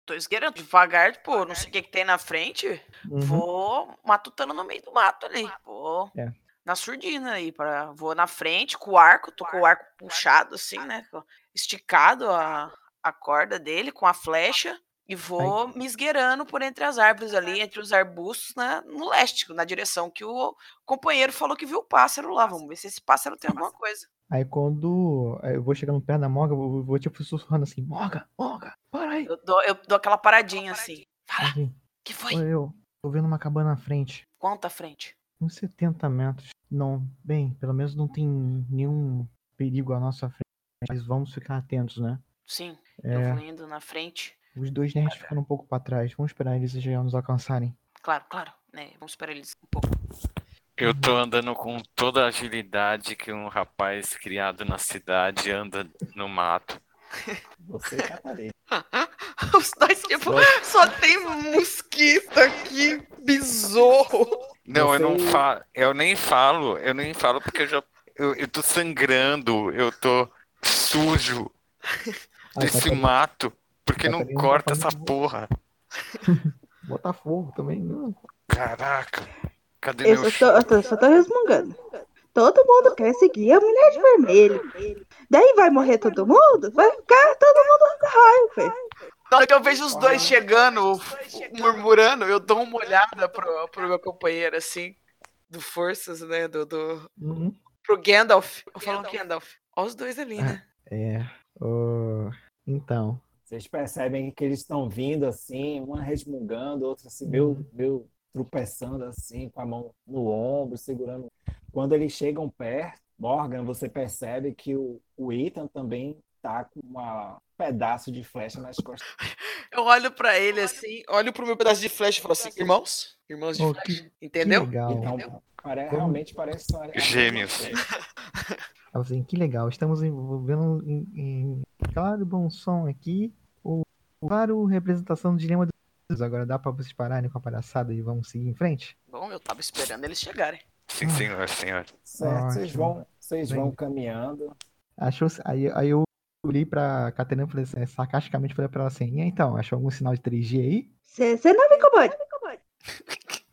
Tô esgueirando devagar, pô, não sei o que, que tem na frente.
Uhum.
Vou matutando no meio do mato ali. Vou
É.
na surdina aí. Pra... Vou na frente com o arco, tô com o arco puxado assim, né? com- Esticado a, a corda dele com a flecha. E vou me esgueirando por entre as árvores ali, entre os arbustos, né, no leste, na direção que o companheiro falou que viu o pássaro lá. Vamos ver se esse pássaro tem alguma coisa.
Aí quando aí eu vou chegando perto da Morgan, eu vou, vou, tipo, sussurrando assim, Morgan, Morgan, para aí.
Eu dou, eu dou aquela paradinha assim. Fala,
Assim,
que
"Olha
foi?
eu tô vendo uma cabana na frente,
Quanto à frente?
uns 70 metros. Não, bem, pelo menos não tem nenhum perigo à nossa frente, mas vamos ficar atentos, né?
Sim, eu
É,
vou indo na frente.
os dois nerds ficaram um pouco pra trás, vamos esperar eles já nos alcançarem.
Claro, claro. Né? Vamos esperar eles um pouco.
Eu tô andando com toda a agilidade que um rapaz criado na cidade anda no mato.
Você é e Catarina.
Os dois, tipo, só tem mosquito aqui, besourro.
Não, eu não
Você-
falo, eu nem falo, eu nem falo porque eu já eu, eu tô sangrando, eu tô sujo
Ah,
desse
tá-
mato. Porque não
Catarina tá
corta essa
falando mal.
porra?
Botafogo também, né? não.
Caraca. Cadê
Eu
meu
só tô, eu tô- só tô resmungando. Todo mundo quer seguir a mulher de vermelho. Daí vai morrer todo mundo? Vai ficar todo mundo com raio, velho.
Na hora que eu vejo os dois chegando, murmurando, eu dou uma olhada pro, pro meu companheiro, assim, do Forças, né, do, do-
Uhum.
pro Gandalf. Eu falo Gandalf. Ó os dois ali, né?
É. ah, então.
Vocês percebem que eles estão vindo assim, uma resmungando, outra assim, meu, meu, tropeçando assim, com a mão no ombro, segurando. Quando eles chegam perto, Morgan, você percebe que o, o Ethan também tá com uma- um pedaço de flecha nas costas.
Eu olho pra ele, assim, olho pro meu pedaço de flecha e falo assim, irmãos? Irmãos de
Pô,
flecha,
que, que
entendeu?
legal.
Então, pare- realmente parece só-
Gêmeos.
Ela falou assim, que legal, estamos envolvendo em, em claro bom som aqui. O, o claro representação do dilema dos. Agora dá pra vocês pararem com a palhaçada e vamos seguir em frente?
Bom, eu tava esperando eles chegarem.
Sim, senhor, senhor.
Certo, vocês
Ótimo.
vão, vocês vão caminhando.
Achou, aí, aí eu olhei pra Catarina e falei assim, sarcasticamente falei pra ela assim, e aí, então, achou algum sinal de 3G aí?
Você não me incomode.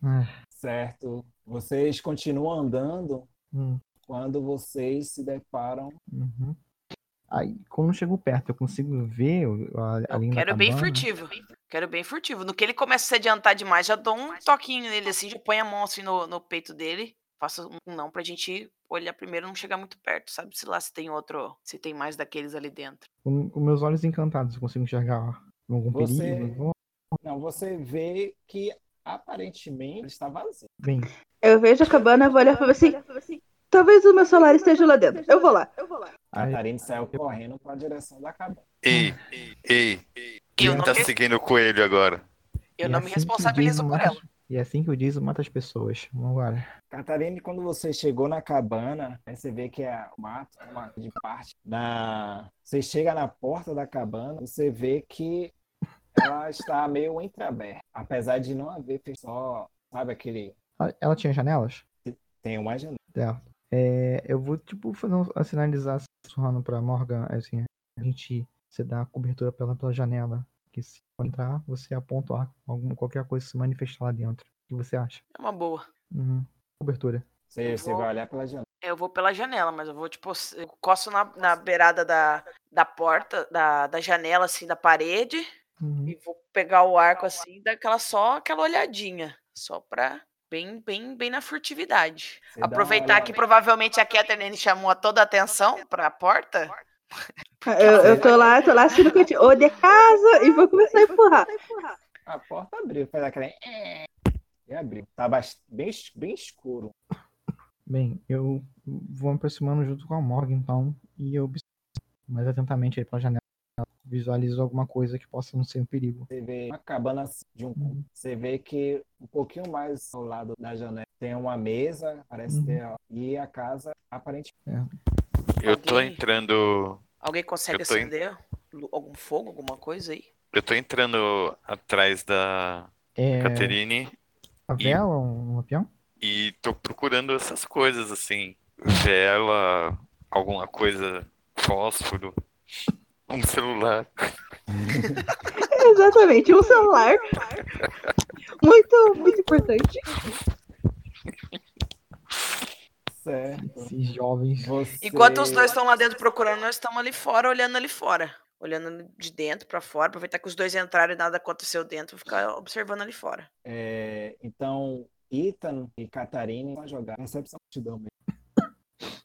Ah,
Certo. Vocês continuam andando
hum,
quando vocês se deparam
uhum. Aí, quando chegou perto, eu consigo ver o- a, a linha da
Quero bem
cabana?
furtivo. Quero bem furtivo. No que ele começa a se adiantar demais, já dou um toquinho nele assim, já põe a mão assim no, no peito dele. Faço um não pra gente olhar primeiro e não chegar muito perto. Sabe se lá se tem outro, se tem mais daqueles ali dentro.
Com, com meus olhos encantados, eu consigo enxergar algum
Você-
perigo? algum-
Não, você vê que aparentemente está vazio.
Bem,
Eu vejo a cabana, eu vou olhar pra você assim. Talvez o meu celular esteja lá dentro. Eu vou lá.
aí-
Catarina saiu correndo para a direção da cabana.
Ei, ei,
Eu
quem
não,
tá
me-
seguindo o coelho agora?
eu
e
não
assim
me
que o
responsabilizo
dízimo
por
mata as-
ela.
E assim que o dízimo mata as pessoas. Vamos embora.
Catarina, quando você chegou na cabana, aí você vê que é o mato, é uma de parte. Na... Você chega na porta da cabana, você vê que ela está meio entreaberta. Apesar de não haver fe- só, sabe aquele.
Ela- Ela tinha janelas?
Tem uma janela.
Dela. É, eu vou, tipo, fazer um, a sinalizar sussurrando pra Morgan, assim, a gente, você dá a cobertura pela, pela janela, que se entrar, você aponta o arco, alguma, qualquer coisa se manifestar lá dentro. O que você acha?
É uma boa.
Uhum. Cobertura.
Você,
Eu
você
vou-
vai olhar pela janela.
Eu vou pela janela, mas eu vou, tipo, eu coço na, na beirada da, da porta, da, da janela, assim, da parede,
Uhum.
e vou pegar o arco, assim, e dar aquela, só aquela olhadinha, só pra, bem, bem, bem na furtividade.
Você dá uma
Aproveitar que
olhada.
provavelmente a Catherine chamou a toda a atenção pra porta,
Ah, Eu, eu tô lá, eu tô lá assistindo o cantinho. Ô, de casa! E vou começar a empurrar.
A porta abriu, faz aquela. eh, E abriu. Tá bas- bem, es- bem escuro.
Bem, eu vou me aproximando junto com a Morgan, então, e eu observo mais atentamente aí pela janela. Visualizo alguma coisa que possa não ser um perigo.
Você vê uma cabana assim, de um.
Uhum.
Você vê que um pouquinho mais ao lado da janela tem uma mesa, parece
Uhum.
ter. ó, E a casa aparentemente.
Eu tô
Alguém?
entrando.
alguém consegue
Eu tô em-
acender lu- algum fogo, alguma coisa aí?
Eu tô entrando atrás da
É,
Caterine
a vela, um lampião?
e tô procurando essas coisas, assim. Vela, alguma coisa, fósforo, um celular.
Exatamente, um celular. Muito, muito importante.
Certo.
Esses jovens.
é Você...
Enquanto os dois estão lá dentro procurando, nós estamos ali fora, olhando ali fora. Olhando de dentro pra fora, aproveitar que os dois entraram e nada aconteceu dentro, vou ficar observando ali fora.
É, então, Ethan e Catarine vão jogar recepção multidão mesmo.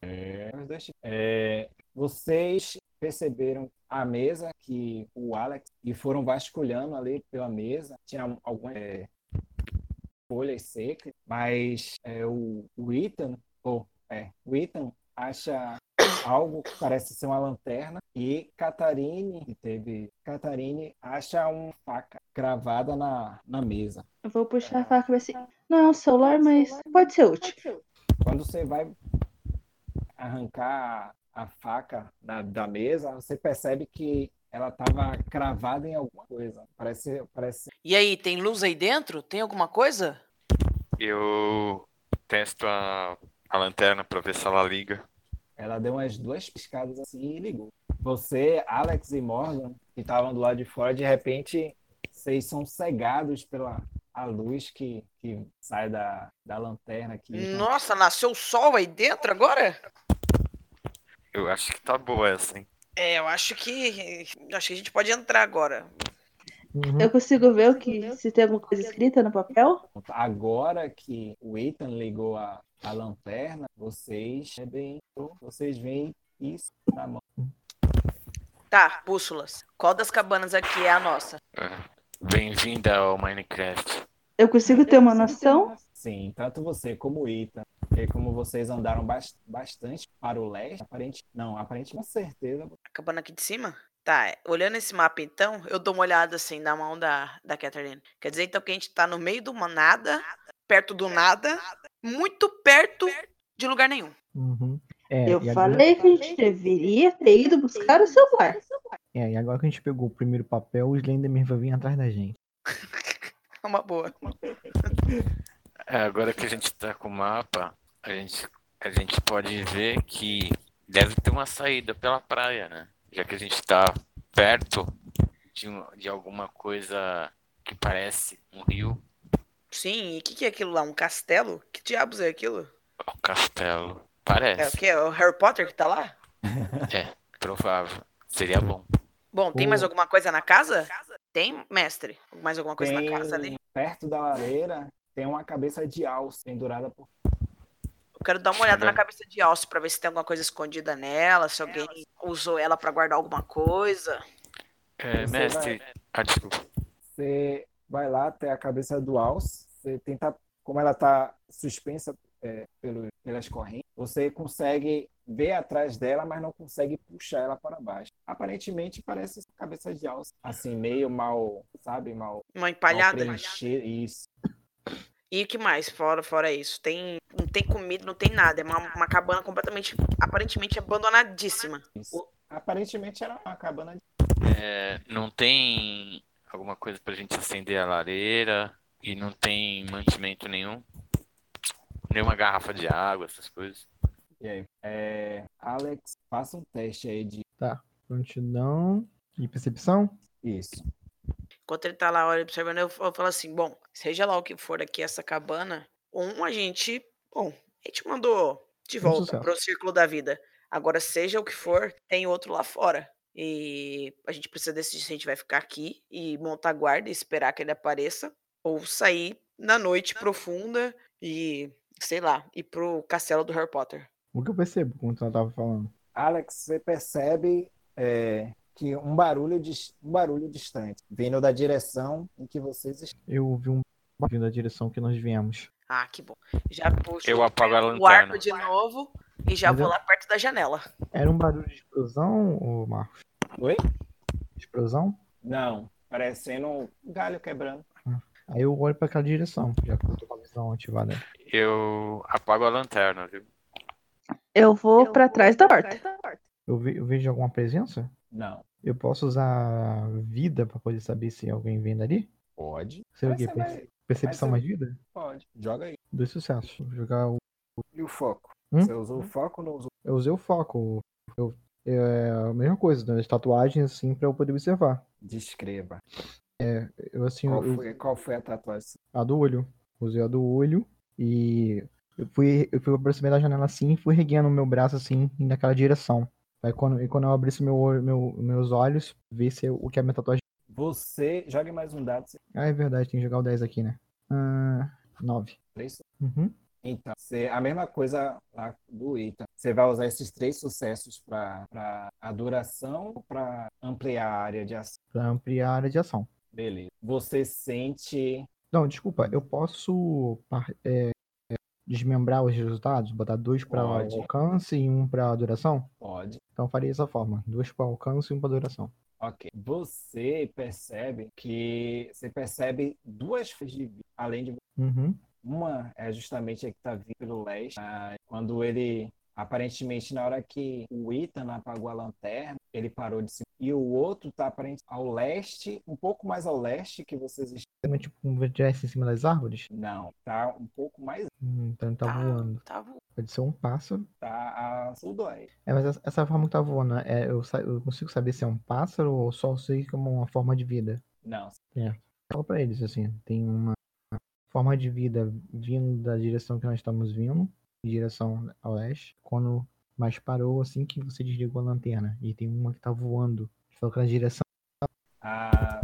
É, os dois- é, vocês perceberam a mesa que o Alex e foram vasculhando ali pela mesa. Tinha algumas é, folhas secas, mas é, o, o Ethan, ou é, o Ethan acha algo que parece ser uma lanterna e Catarine, que teve Catarine acha uma faca cravada na, na mesa.
Eu vou puxar a faca e vai assim. Não é um celular, mas pode ser útil.
Quando você vai arrancar a faca da, da mesa, você percebe que ela estava cravada em alguma coisa. Parece, parece
E aí, tem luz aí dentro? Tem alguma coisa?
Eu testo a, a lanterna pra ver se ela liga.
ela deu umas duas piscadas assim e ligou. Você, Alex e Morgan, que estavam do lado de fora, de repente vocês são cegados pela a luz que, que sai da, da lanterna aqui.
Nossa, nasceu o sol aí dentro agora?
Eu acho que tá boa essa, hein?
É, eu acho que. Acho que a gente pode entrar agora.
Uhum.
Eu consigo ver o que se tem alguma coisa escrita no papel?
Então, Agora que o Ethan ligou a, a lanterna, vocês é bem, vocês veem isso na mão.
Tá, bússolas. Qual das cabanas aqui é a nossa?
Bem-vinda ao Minecraft.
Eu consigo ter uma noção?
Sim, tanto você como o Ethan, porque como vocês andaram bas- bastante para o leste, aparente, não, aparente com certeza.
A cabana aqui de cima? Tá, é, olhando esse mapa então, eu dou uma olhada assim na mão da, da Catherine. Quer dizer então que a gente tá no meio do nada, perto do nada, muito perto de lugar nenhum.
Uhum. É,
Eu
e agora-
falei que a gente deveria ter ido buscar o celular.
É, e agora que a gente pegou o primeiro papel, os Slenderman vai vir atrás da gente.
É *laughs* uma boa.
É, agora que a gente tá com o mapa, a gente, a gente pode ver que deve ter uma saída pela praia, né? Já que a gente tá perto de, um- de alguma coisa que parece um rio
Sim, e o que, que é aquilo lá? Um castelo? Que diabos é aquilo?
ou castelo.
É o
Parece,
que? É o Harry Potter que tá lá? É.
provável. Seria bom.
Bom, tem mais
O-
alguma coisa na casa? Tem, mestre? Mais alguma coisa na casa né? ali?
Tem, perto da lareira tem uma cabeça de alce pendurada por
Eu quero dar uma olhada na
Olha.
cabeça de Alce pra ver se tem alguma coisa escondida nela, se alguém usou ela pra guardar alguma coisa.
É,
Você
mestre. Ah, desculpa.
Você vai lá até a cabeça do alce, você tenta, como ela está suspensa é, pelo- pelas correntes, você consegue ver atrás dela, mas não consegue puxar ela para baixo. Aparentemente parece essa cabeça de alce, assim, meio mal, sabe, mal,
Uma
mal
empalhada.
preenchida. Isso.
E o que mais? Fora, fora isso. Tem, não tem comida, não tem nada. É uma, uma cabana completamente, aparentemente, abandonadíssima.
isso. Aparentemente era uma cabana de.
É, não tem alguma coisa pra gente acender a lareira e não tem mantimento nenhum. Nenhuma garrafa de água, essas coisas.
E aí? É, Alex, faça um teste aí de.
Pronto, não. E percepção?
Isso.
Enquanto ele tá lá olha, observando, eu, eu falo assim: bom, seja lá o que for aqui essa cabana, um a gente. Bom, a gente mandou de
Vamos
volta
usar.
pro círculo da vida. Agora, seja o que for, tem outro lá fora. E a gente precisa decidir se a gente vai ficar aqui e montar guarda e esperar que ele apareça, ou sair na noite profunda e, sei lá, ir pro castelo do Harry Potter.
O que eu percebo quando ela tava falando?
Alex, você percebe é, que um barulho, dis- um barulho distante vindo da direção em que vocês estão.
Eu ouvi um barulho vindo da direção que nós viemos.
Ah, que bom. Já puxo
Eu apago a
o arco
lanterna.
de novo e já vou
Entendeu?
lá perto da janela.
Era um barulho de explosão, ô Marcos?
Oi?
Explosão?
Não, parecendo um galho quebrando.
Aí eu olho pra aquela direção, já que eu tô com a visão ativada.
Eu apago a lanterna, viu?
Eu vou pra trás da porta.
Eu, ve- eu vejo alguma presença?
Não.
Eu posso usar vida pra poder saber se alguém vem dali?
Pode.
Sei o
Mas
quê?
você
perce-
vai-
Percepção
mas
mais
você-
vida?
Pode. Joga aí.
Dois sucessos. Vou jogar o...
E o foco?
Hum?
Você usou o foco ou não usou?
Eu usei o foco. Eu... É a mesma coisa, né? As tatuagens assim pra eu poder observar.
Descreva.
Eu assim,
Qual
eu-
foi, qual foi a tatuagem?
A do olho. Usei a do olho e eu fui, eu fui aproximando da janela assim e fui erguendo o meu braço assim naquela direção. Aí quando, e quando eu abrisse meu, olho- meu- meus olhos, ver se eu- o que é a minha tatuagem.
Você. Jogue mais um dado. Você...
Ah, é verdade, tem que jogar o 10 aqui, né? Ah, 9.
Três.
Uhum.
Então, você- a mesma coisa lá do Ita. Você vai usar esses três sucessos para a duração ou para ampliar a área de ação.
Pra ampliar a área de ação.
Beleza. Você sente.
Não, desculpa, eu posso par- é, é, desmembrar os resultados? Botar dois pra
Pode.
alcance e um pra duração?
Pode.
Então eu faria dessa forma: dois pra alcance e um pra duração.
Ok. Você percebe que. Você percebe duas fases de vida, além de
Uhum.
Uma é justamente a que está vindo pelo leste, ah, quando ele, aparentemente, na hora que o Ethan apagou a lanterna, ele parou de se... E o outro está aparentemente ao leste, um pouco mais ao leste que vocês estão.
Também, Tipo, um VGS em cima das árvores?
Não, está um pouco mais...
Hum, Então ele tá voando.
Tá voando.
Pode ser um pássaro.
Está tá a sudoeste.
É, mas essa- essa forma que tá voando, é, eu, sa- eu consigo saber se é um pássaro ou só sei como uma forma de vida.
Não,
Fala pra eles, assim, tem uma forma de vida vindo da direção que nós estamos vindo, em direção a oeste, quando mas parou assim que você desligou a lanterna. E tem uma que tá voando, que falou aquela direção,
a...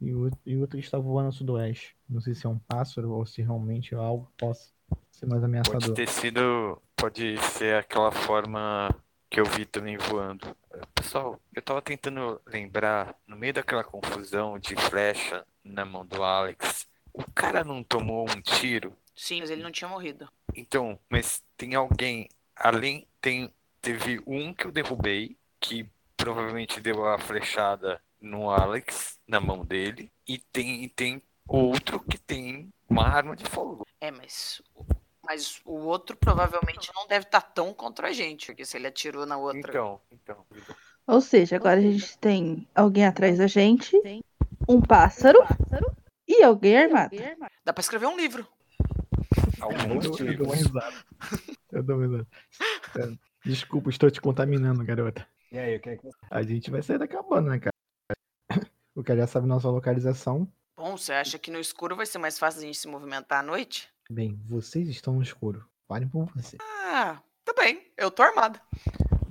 e, o- e outra que está voando a sudoeste. Não sei se é um pássaro ou se realmente é algo que possa ser mais
Pode
ameaçador.
ter sido. Pode ser aquela forma que eu vi também voando. Pessoal, eu tava tentando lembrar, no meio daquela confusão de flecha na mão do Alex, o cara não tomou um tiro?
Sim, mas ele não tinha morrido.
Então, mas tem alguém além tem teve um que eu derrubei que provavelmente deu a flechada no Alex na mão dele e tem e tem outro que tem uma arma de fogo.
É, mas, o- mas o outro provavelmente não deve estar tão contra a gente, porque se ele atirou na outra.
Então, então.
Ou seja, agora a gente tem alguém atrás da gente, um pássaro e alguém armado.
Dá pra escrever um livro.
Algum
Eu, dou- eu dou uma
motivo.
risada. *laughs* Eu dou uma risada. É, Desculpa, estou te contaminando, garota.
E aí, o que é que você...
A gente vai sair da cabana, né, cara? *coughs* O cara já sabe nossa localização.
Bom, você acha que no escuro vai ser mais fácil a gente se movimentar à noite?
Bem, vocês estão no escuro. Falem por você.
Ah, tá bem. Eu tô armada.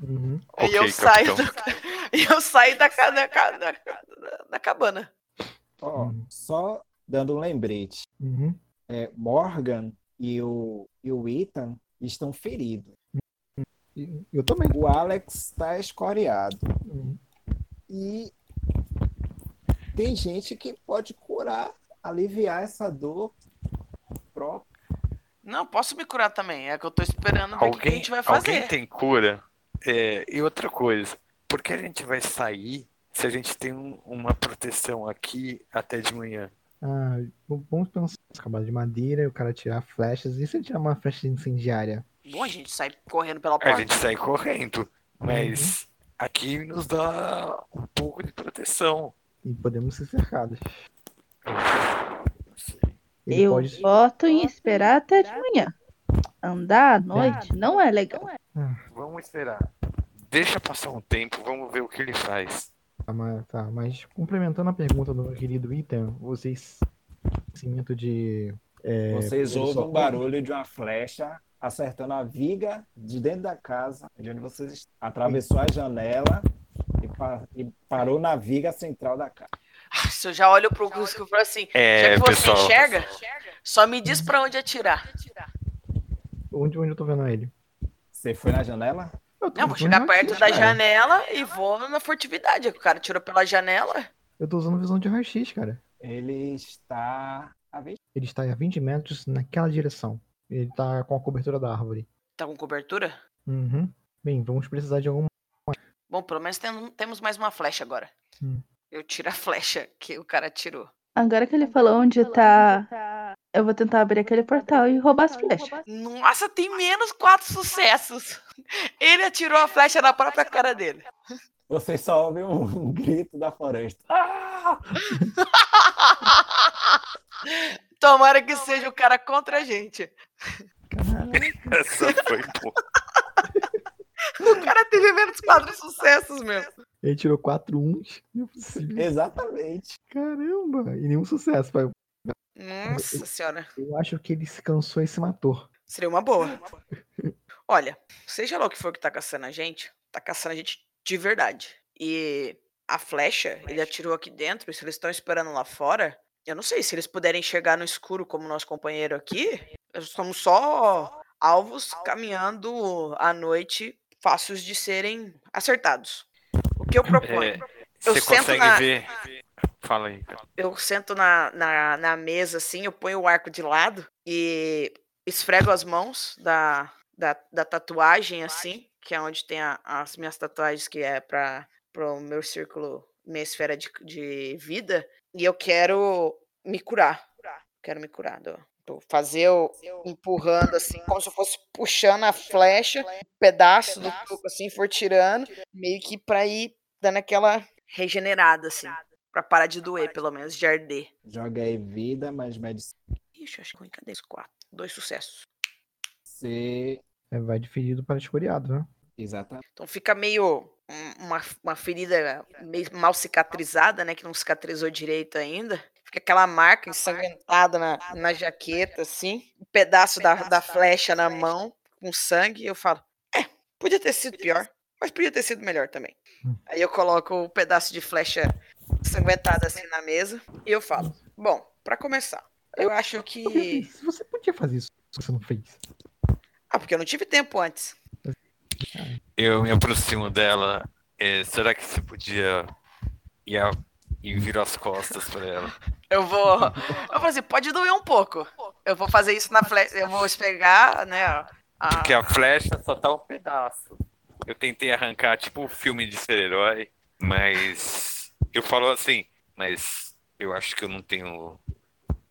Uhum.
e eu
Ok,
saio,
capitão.
da- e eu saio da, ca- da, ca- da, da- da cabana.
Ó, só dando um lembrete.
Uhum.
É, Morgan e o, e o Ethan estão feridos.
E- Eu também.
O Alex está escoriado.
Uhum.
E tem gente que pode curar, aliviar essa dor própria.
Não, posso me curar também. É que eu tô esperando ver o que que a
Alguém,
gente vai
alguém
fazer.
tem cura? É, e outra coisa, por que a gente vai sair se a gente tem um- uma proteção aqui até de manhã?
Ah, v- vamos pensar. Acabado de madeira, o cara tirar flechas. E se ele tirar uma flecha incendiária?
Bom, a gente sai correndo pela
É, A
porta.
gente sai correndo, mas aqui nos dá um pouco de proteção.
E podemos ser cercados.
Não sei.
Ele
eu
pode.
voto em esperar até de manhã. Andar à noite não é legal.
Vamos esperar. Deixa passar um tempo, vamos ver o que ele faz.
Tá, mas, tá, mas complementando a pergunta do meu querido Ethan, vocês. Cimento de. é,
Vocês
ele
ouvem
só-
um barulho de uma flecha acertando a viga de dentro da casa, de onde vocês estão. Atravessou a janela e, pa- e parou na viga central da casa.
Ah, Se eu já olho pro Cusco e falo assim, já
É,
que você
pessoal.
enxerga, só me diz pra onde atirar.
Onde, onde eu tô vendo ele?
Você foi na janela?
Eu tô
Não, vou
usando
chegar perto
raio-x,
da
Então cara.
janela e vou na furtividade. O cara tirou pela janela.
Eu tô usando visão de raio-x, cara.
Ele está. A vez
Ele está a 20 metros naquela direção. Ele tá com a cobertura da árvore.
Tá com cobertura?
Uhum. Bem, vamos precisar de alguma.
Bom, pelo menos tem- um, temos mais uma flecha agora.
Hum.
Eu tiro a flecha que o cara tirou.
é Agora que ele falou onde tá, eu vou tentar abrir aquele portal e roubar as flechas.
Nossa, tem menos quatro sucessos. Ele atirou a flecha na própria cara dele.
Vocês só ouvem um *laughs* grito da floresta. Ah!
Tomara que seja o cara contra a gente.
Caralho.
*laughs* Essa foi boa.
O cara teve menos quatro sucessos mesmo.
Ele tirou 4 uns. Não é possível.
Exatamente.
Caramba. E nenhum sucesso. pai.
Nossa senhora.
Eu acho que ele se cansou e se matou.
Seria uma boa. Olha, seja lá o que for que tá caçando a gente, tá caçando a gente de verdade. E a flecha, ele atirou aqui dentro, se eles estão esperando lá fora, eu não sei se eles puderem chegar no escuro como nosso companheiro aqui, nós somos só alvos caminhando à noite, fáceis de serem acertados. O que eu proponho?
É,
Eu
você
sento
consegue
na-
ver? Fala aí. cara.
eu sento na, na, na mesa assim, eu ponho o arco de lado e esfrego as mãos da, da, da tatuagem assim, que é onde tem a- as minhas tatuagens, que é para o meu círculo, minha esfera de, de vida, e eu quero me curar. Quero me curar. do- do- fazer o, empurrando assim, como se eu fosse puxando a flecha, um pedaço do toco assim, for tirando, meio que para ir dando aquela regenerada assim. Pra parar de doer, pelo menos, de arder.
Joga aí vida, mas medicina.
Ixi, acho que ruim. Cadê os quatro? Dois sucessos.
Você.
É, vai de ferido para escoriado, né?
Exatamente.
Então fica meio um- uma, uma ferida meio mal cicatrizada, né? Que não cicatrizou direito ainda. Fica aquela marca ensanguentada na, na jaqueta, assim. Um pedaço da, da flecha na mão, com sangue. E eu falo, é, podia ter sido pior, mas podia ter sido melhor também. Aí eu coloco o pedaço de flecha ensanguentada, assim, na mesa. E eu falo, bom, pra começar, eu acho que...
assim, Se Você podia fazer isso, você não fez.
Ah, porque eu não tive tempo antes.
Eu me aproximo dela. É, será que você podia ir a- e viro as costas pra ela?
Eu vou. Eu vou assim, pode doer um pouco. Eu vou fazer isso na flecha. Eu vou pegar, né? a-
Porque a flecha só tá um pedaço. Eu tentei arrancar, tipo um filme de super-herói, mas eu falo assim, mas eu acho que eu não tenho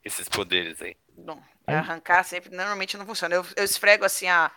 esses poderes aí.
Bom, arrancar sempre normalmente não funciona. Eu, eu esfrego assim a,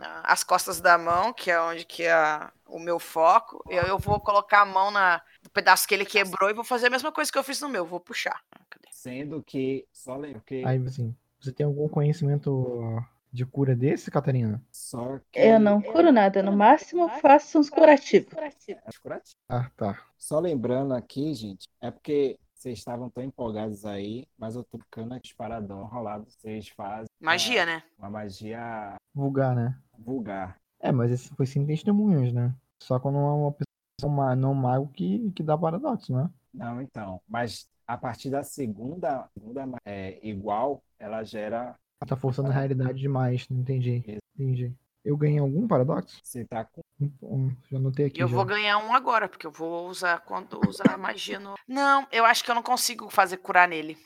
a- as costas da mão, que é onde que é o meu foco. Eu, eu vou colocar a mão na, no pedaço que ele quebrou e vou fazer a mesma coisa que eu fiz no meu. Vou puxar. Cadê?
Sendo que. Só lembro que.
Aí, assim, você tem algum conhecimento de cura desse, Catarina?
Só que.
Eu não curo nada, no máximo faço uns curativos.
Acho curativo.
Ah, tá.
Só lembrando aqui, gente, é porque vocês estavam tão empolgados aí, mas eu tô ficando aqui paradão rolado. Vocês fazem
Magia, né?
uma magia
Vulgar, né?
vulgar.
É, mas esse foi sem testemunhas, né? Só quando é uma pessoa, uma- não um mago que, que dá paradoxo, né?
Não, então. Mas a partir da segunda, segunda é, igual, ela gera.
Ah, Tá forçando a realidade demais, não entendi. Entendi. Eu ganhei algum paradoxo?
Você tá com.
Hum, Já anotei aqui.
E eu
já.
vou ganhar um agora, porque eu vou usar quando usar a magia no. Não, eu acho que eu não consigo fazer curar nele.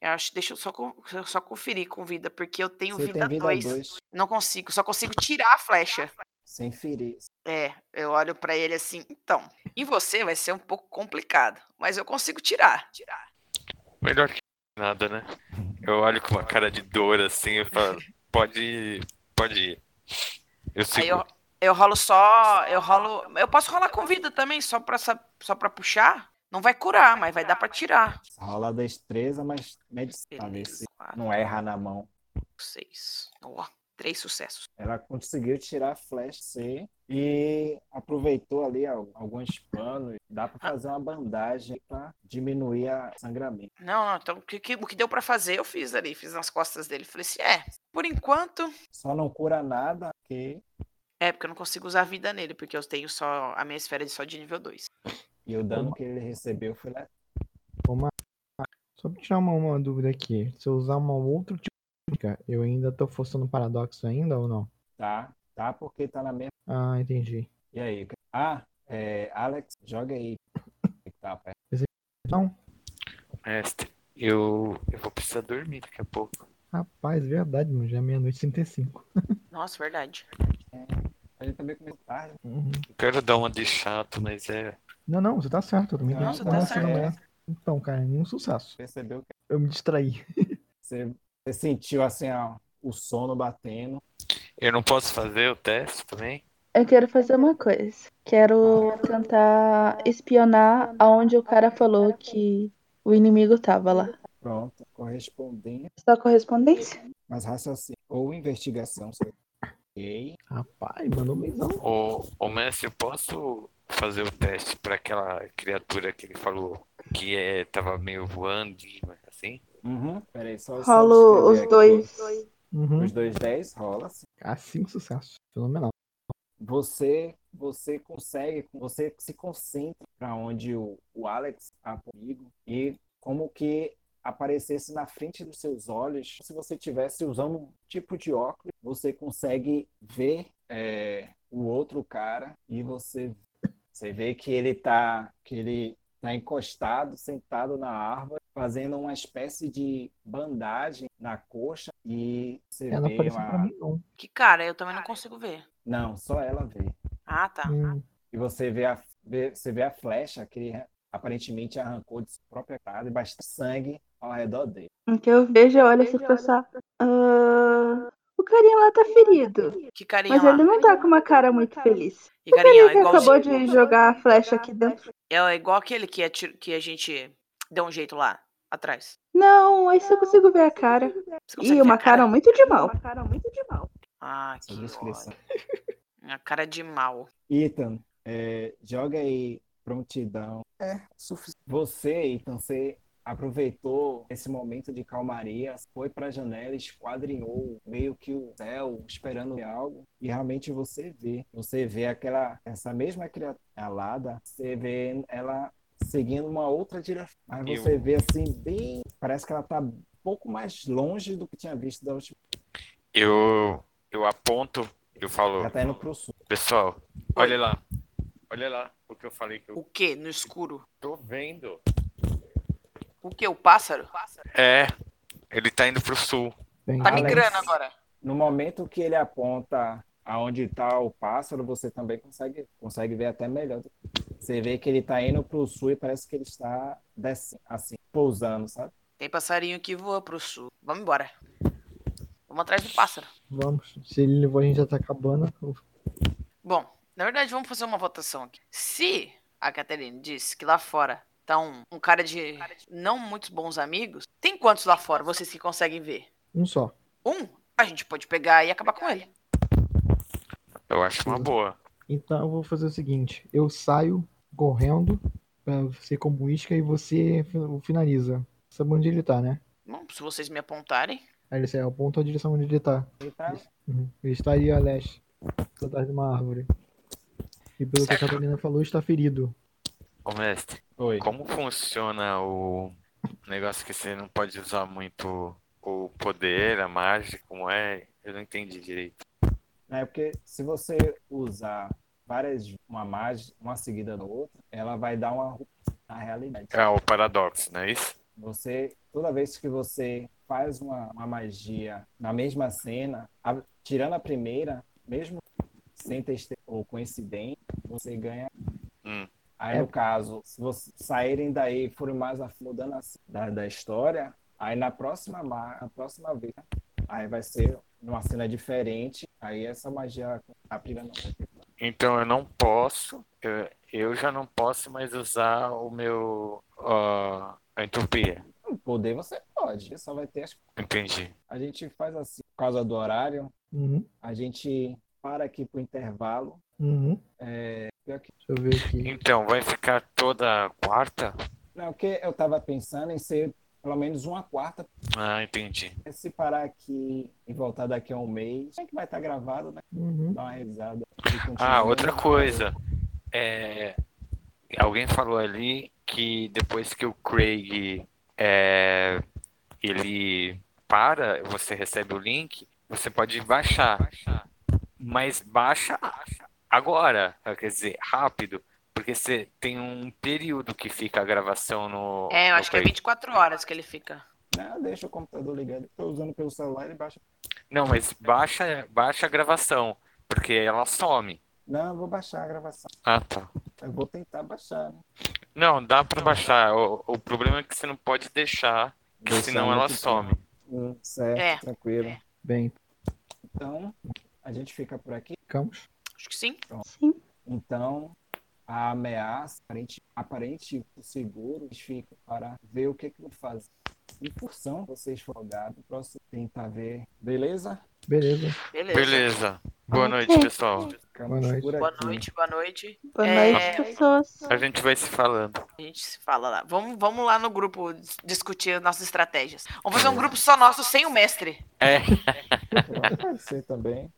Eu acho, deixa eu só, co- eu só conferir com vida, porque eu tenho
Você
vida
tem vida
2.
dois
Não consigo, só consigo tirar a flecha.
sem ferir.
É, eu olho pra ele assim, então, e você vai ser um pouco complicado, mas eu consigo tirar. tirar.
Melhor que nada, né? Eu olho com uma cara de dor assim e falo, pode ir, pode ir. Eu
Aí eu,
seguro.
eu rolo só, eu rolo, eu posso rolar com vida também, só pra, sa- só pra puxar? Não vai curar, mas vai dar pra tirar.
Rola Ah, destreza, mas medicina. Pra ver
Beleza,
se
quatro,
não erra na mão.
seis. Ó, Três sucessos.
Ela conseguiu tirar a Flash C e aproveitou ali al- alguns panos. Dá pra fazer uma bandagem pra diminuir a sangramento.
Não, não, então o que, que- o que deu pra fazer, eu fiz ali. Fiz nas costas dele. Falei assim, é, por enquanto...
Só não cura nada, porque
É, porque eu não consigo usar a vida nele, porque eu tenho só... A minha esfera é só de nível 2.
e o
Uhum.
dano que ele recebeu foi letal.
Só pra tirar uma, uma dúvida aqui. Se eu usar um outro tipo de técnica, eu ainda tô forçando o paradoxo ainda ou não?
Tá, tá, porque tá na mesma.
Ah, entendi.
E aí? Ah, é, Alex, joga aí. Que tá perto.
Então,
Mestre, eu, eu vou precisar dormir daqui a pouco.
rapaz, verdade, mano. Já é meia-noite e 35.
Nossa, verdade.
A gente também começou tarde.
Uhum.
Eu quero dar uma de chato, mas é.
Não, não, você tá certo. Eu também tenho
Não,
que
você tá
começar
certo.
amanhã. Então, cara, nenhum sucesso.
Percebeu que
Eu me distraí.
você, você sentiu assim ó, o sono batendo.
Eu não posso fazer o teste também?
Eu quero fazer uma coisa. Quero tentar espionar aonde o cara falou que o inimigo tava lá.
Pronto, correspondência,
Só correspondência?
mas raciocínio ou investigação. Você... Ok.
Rapaz, mandou um mesmo.
Ô, ô mestre, eu posso fazer o teste pra aquela criatura que ele falou que é, tava meio voando, assim?
Uhum. Peraí, só só
Rolo os
escrever aqui.
dois.
Uhum.
Os dois 10 rola. sim.
Ah, cinco sucessos. Fenomenal.
Você, você consegue, você se concentra para onde o, o Alex está comigo e como que aparecesse na frente dos seus olhos, se você tivesse usando um tipo de óculos, você consegue ver é, o outro cara e você você vê que ele tá que ele tá encostado, sentado na árvore, fazendo uma espécie de bandagem na coxa e você
Ela É,
vê
apareceu pra
uma...
mim, não.
Que cara, eu também não consigo ver.
Não, só ela vê.
Ah, tá.
Hum,
E você vê a, vê- você vê a flecha que ele aparentemente arrancou de sua própria cara e bastante sangue ao redor dele.
O que eu vejo, eu olho assim pra passar. Ah, o carinha lá tá ferido.
Que carinha
Mas
lá.
ele não tá com uma cara muito feliz.
E
O
carinha, ó,
carinha é que acabou
igualzinho.
de jogar a flecha aqui dentro.
É igual aquele que, atira- que a gente deu um jeito lá atrás.
Não, aí se eu consigo ver a cara.
Você
E
consegue ver
uma
a
cara um muito de mal.
Ah, que
Essa descrição.
ódio. Uma cara de mal.
Ethan, é, joga aí prontidão. É, suficiente. Você, Ethan, você aproveitou esse momento de calmaria, foi para a janela, esquadrinhou meio que o céu, esperando ver algo, e realmente você vê. Você vê aquela, essa mesma criatura alada, você vê ela seguindo uma outra direção. Mas
Eu-
você vê assim, bem. Parece que ela tá um pouco mais longe do que tinha visto da última.
Eu, eu aponto, eu falo,
Ela tá indo pro sul.
pessoal, olha lá, olha lá o que eu falei que eu
O quê? No escuro.
tô vendo.
O quê? O pássaro?
É, ele tá indo pro sul.
bem.
Tá
Alex.
migrando agora.
No momento que ele aponta aonde está o pássaro, você também consegue, consegue ver até melhor. Você vê que ele está indo para o sul e parece que ele está descendo, assim, pousando, sabe?
Tem passarinho que voa pro sul. Vamos embora. Vamos atrás do pássaro.
Vamos. Se ele levou, a gente já tá acabando.
Bom, na verdade, vamos fazer uma votação aqui. Se a Caterine disse que lá fora tá um, um cara de não muitos bons amigos, tem quantos lá fora vocês que conseguem ver?
Um só.
Um, a gente pode pegar e acabar com ele.
Eu acho uma boa.
Então eu vou fazer o seguinte: eu saio correndo pra você como isca e você fi- o finaliza. Sabe onde ele tá, né?
Bom, se vocês me apontarem.
Aí ele sai, aponta a direção onde ele tá.
Ele tá-
Uhum. Ele está aí a leste, atrás de uma árvore. E pelo que a Catarina falou, está ferido.
Ô mestre,
Oi.
como funciona o negócio que você não pode usar muito o poder, a magia, como é? Eu não entendi direito.
É porque se você usar várias, uma magia, uma seguida da outra, ela vai dar uma ruptura na realidade.
É o paradoxo, não é isso?
Você, toda vez que você faz uma, uma magia na mesma cena, a- tirando a primeira, mesmo sem teste ou coincidente, você ganha.
Hum.
Aí,
É.
no caso, se vocês saírem daí e forem mais a fundo da, da- da história, aí na próxima, ma- na próxima vez, aí vai ser numa cena diferente, aí essa magia, tá a primeira não.
Então eu não posso, eu, eu já não posso mais usar o meu ah, a entropia.
Poder você pode. dia só vai ter as.
Entendi.
A gente faz assim, por causa do horário,
Uhum,
a gente para aqui pro intervalo.
uhum.
É, Pior que-
Deixa eu ver aqui.
Então, vai ficar toda quarta?
Não, porque eu tava pensando em ser pelo menos uma quarta.
Ah, entendi.
Se parar aqui e voltar daqui a um mês, é que vai estar gravado, né?
Uhum.
Dá uma revisada.
Ah, outra coisa. É, alguém falou ali que depois que o Craig é, ele para, você recebe o link, você pode baixar. Mas baixa agora, quer dizer, rápido. Porque você tem um período que fica a gravação no.
É, eu
no
acho que é
Play.
24 horas que ele fica.
Não, deixa o computador ligado. Tô usando pelo celular, ele baixa.
Não, mas baixa, baixa a gravação, porque ela some.
Não, eu vou baixar a gravação.
Ah, tá.
Eu vou tentar baixar, né?
Não, dá pra baixar. O, o problema é que você não pode deixar, que
Deixar
senão ela
muito
some.
Hum, certo,
É,
tranquilo.
é.
Bem,
Então, a gente fica por aqui.
ficamos.
Acho que sim.
Sim.
Então, a ameaça aparente, aparente o seguro eles ficam para ver o que que vão fazer. Em função, vocês folgados, o próximo tentar ver. Beleza?
Beleza.
Beleza.
Beleza. Boa noite,
Ok.
pessoal.
Ficamos
Boa noite.
por
Boa
aqui.
noite, boa noite.
Boa
É.
noite, pessoas.
A gente vai se falando.
A gente se fala lá. Vamos, vamos lá no grupo dis- discutir as nossas estratégias. Vamos fazer um grupo só nosso sem o mestre.
É,
Pronto, Pode ser também.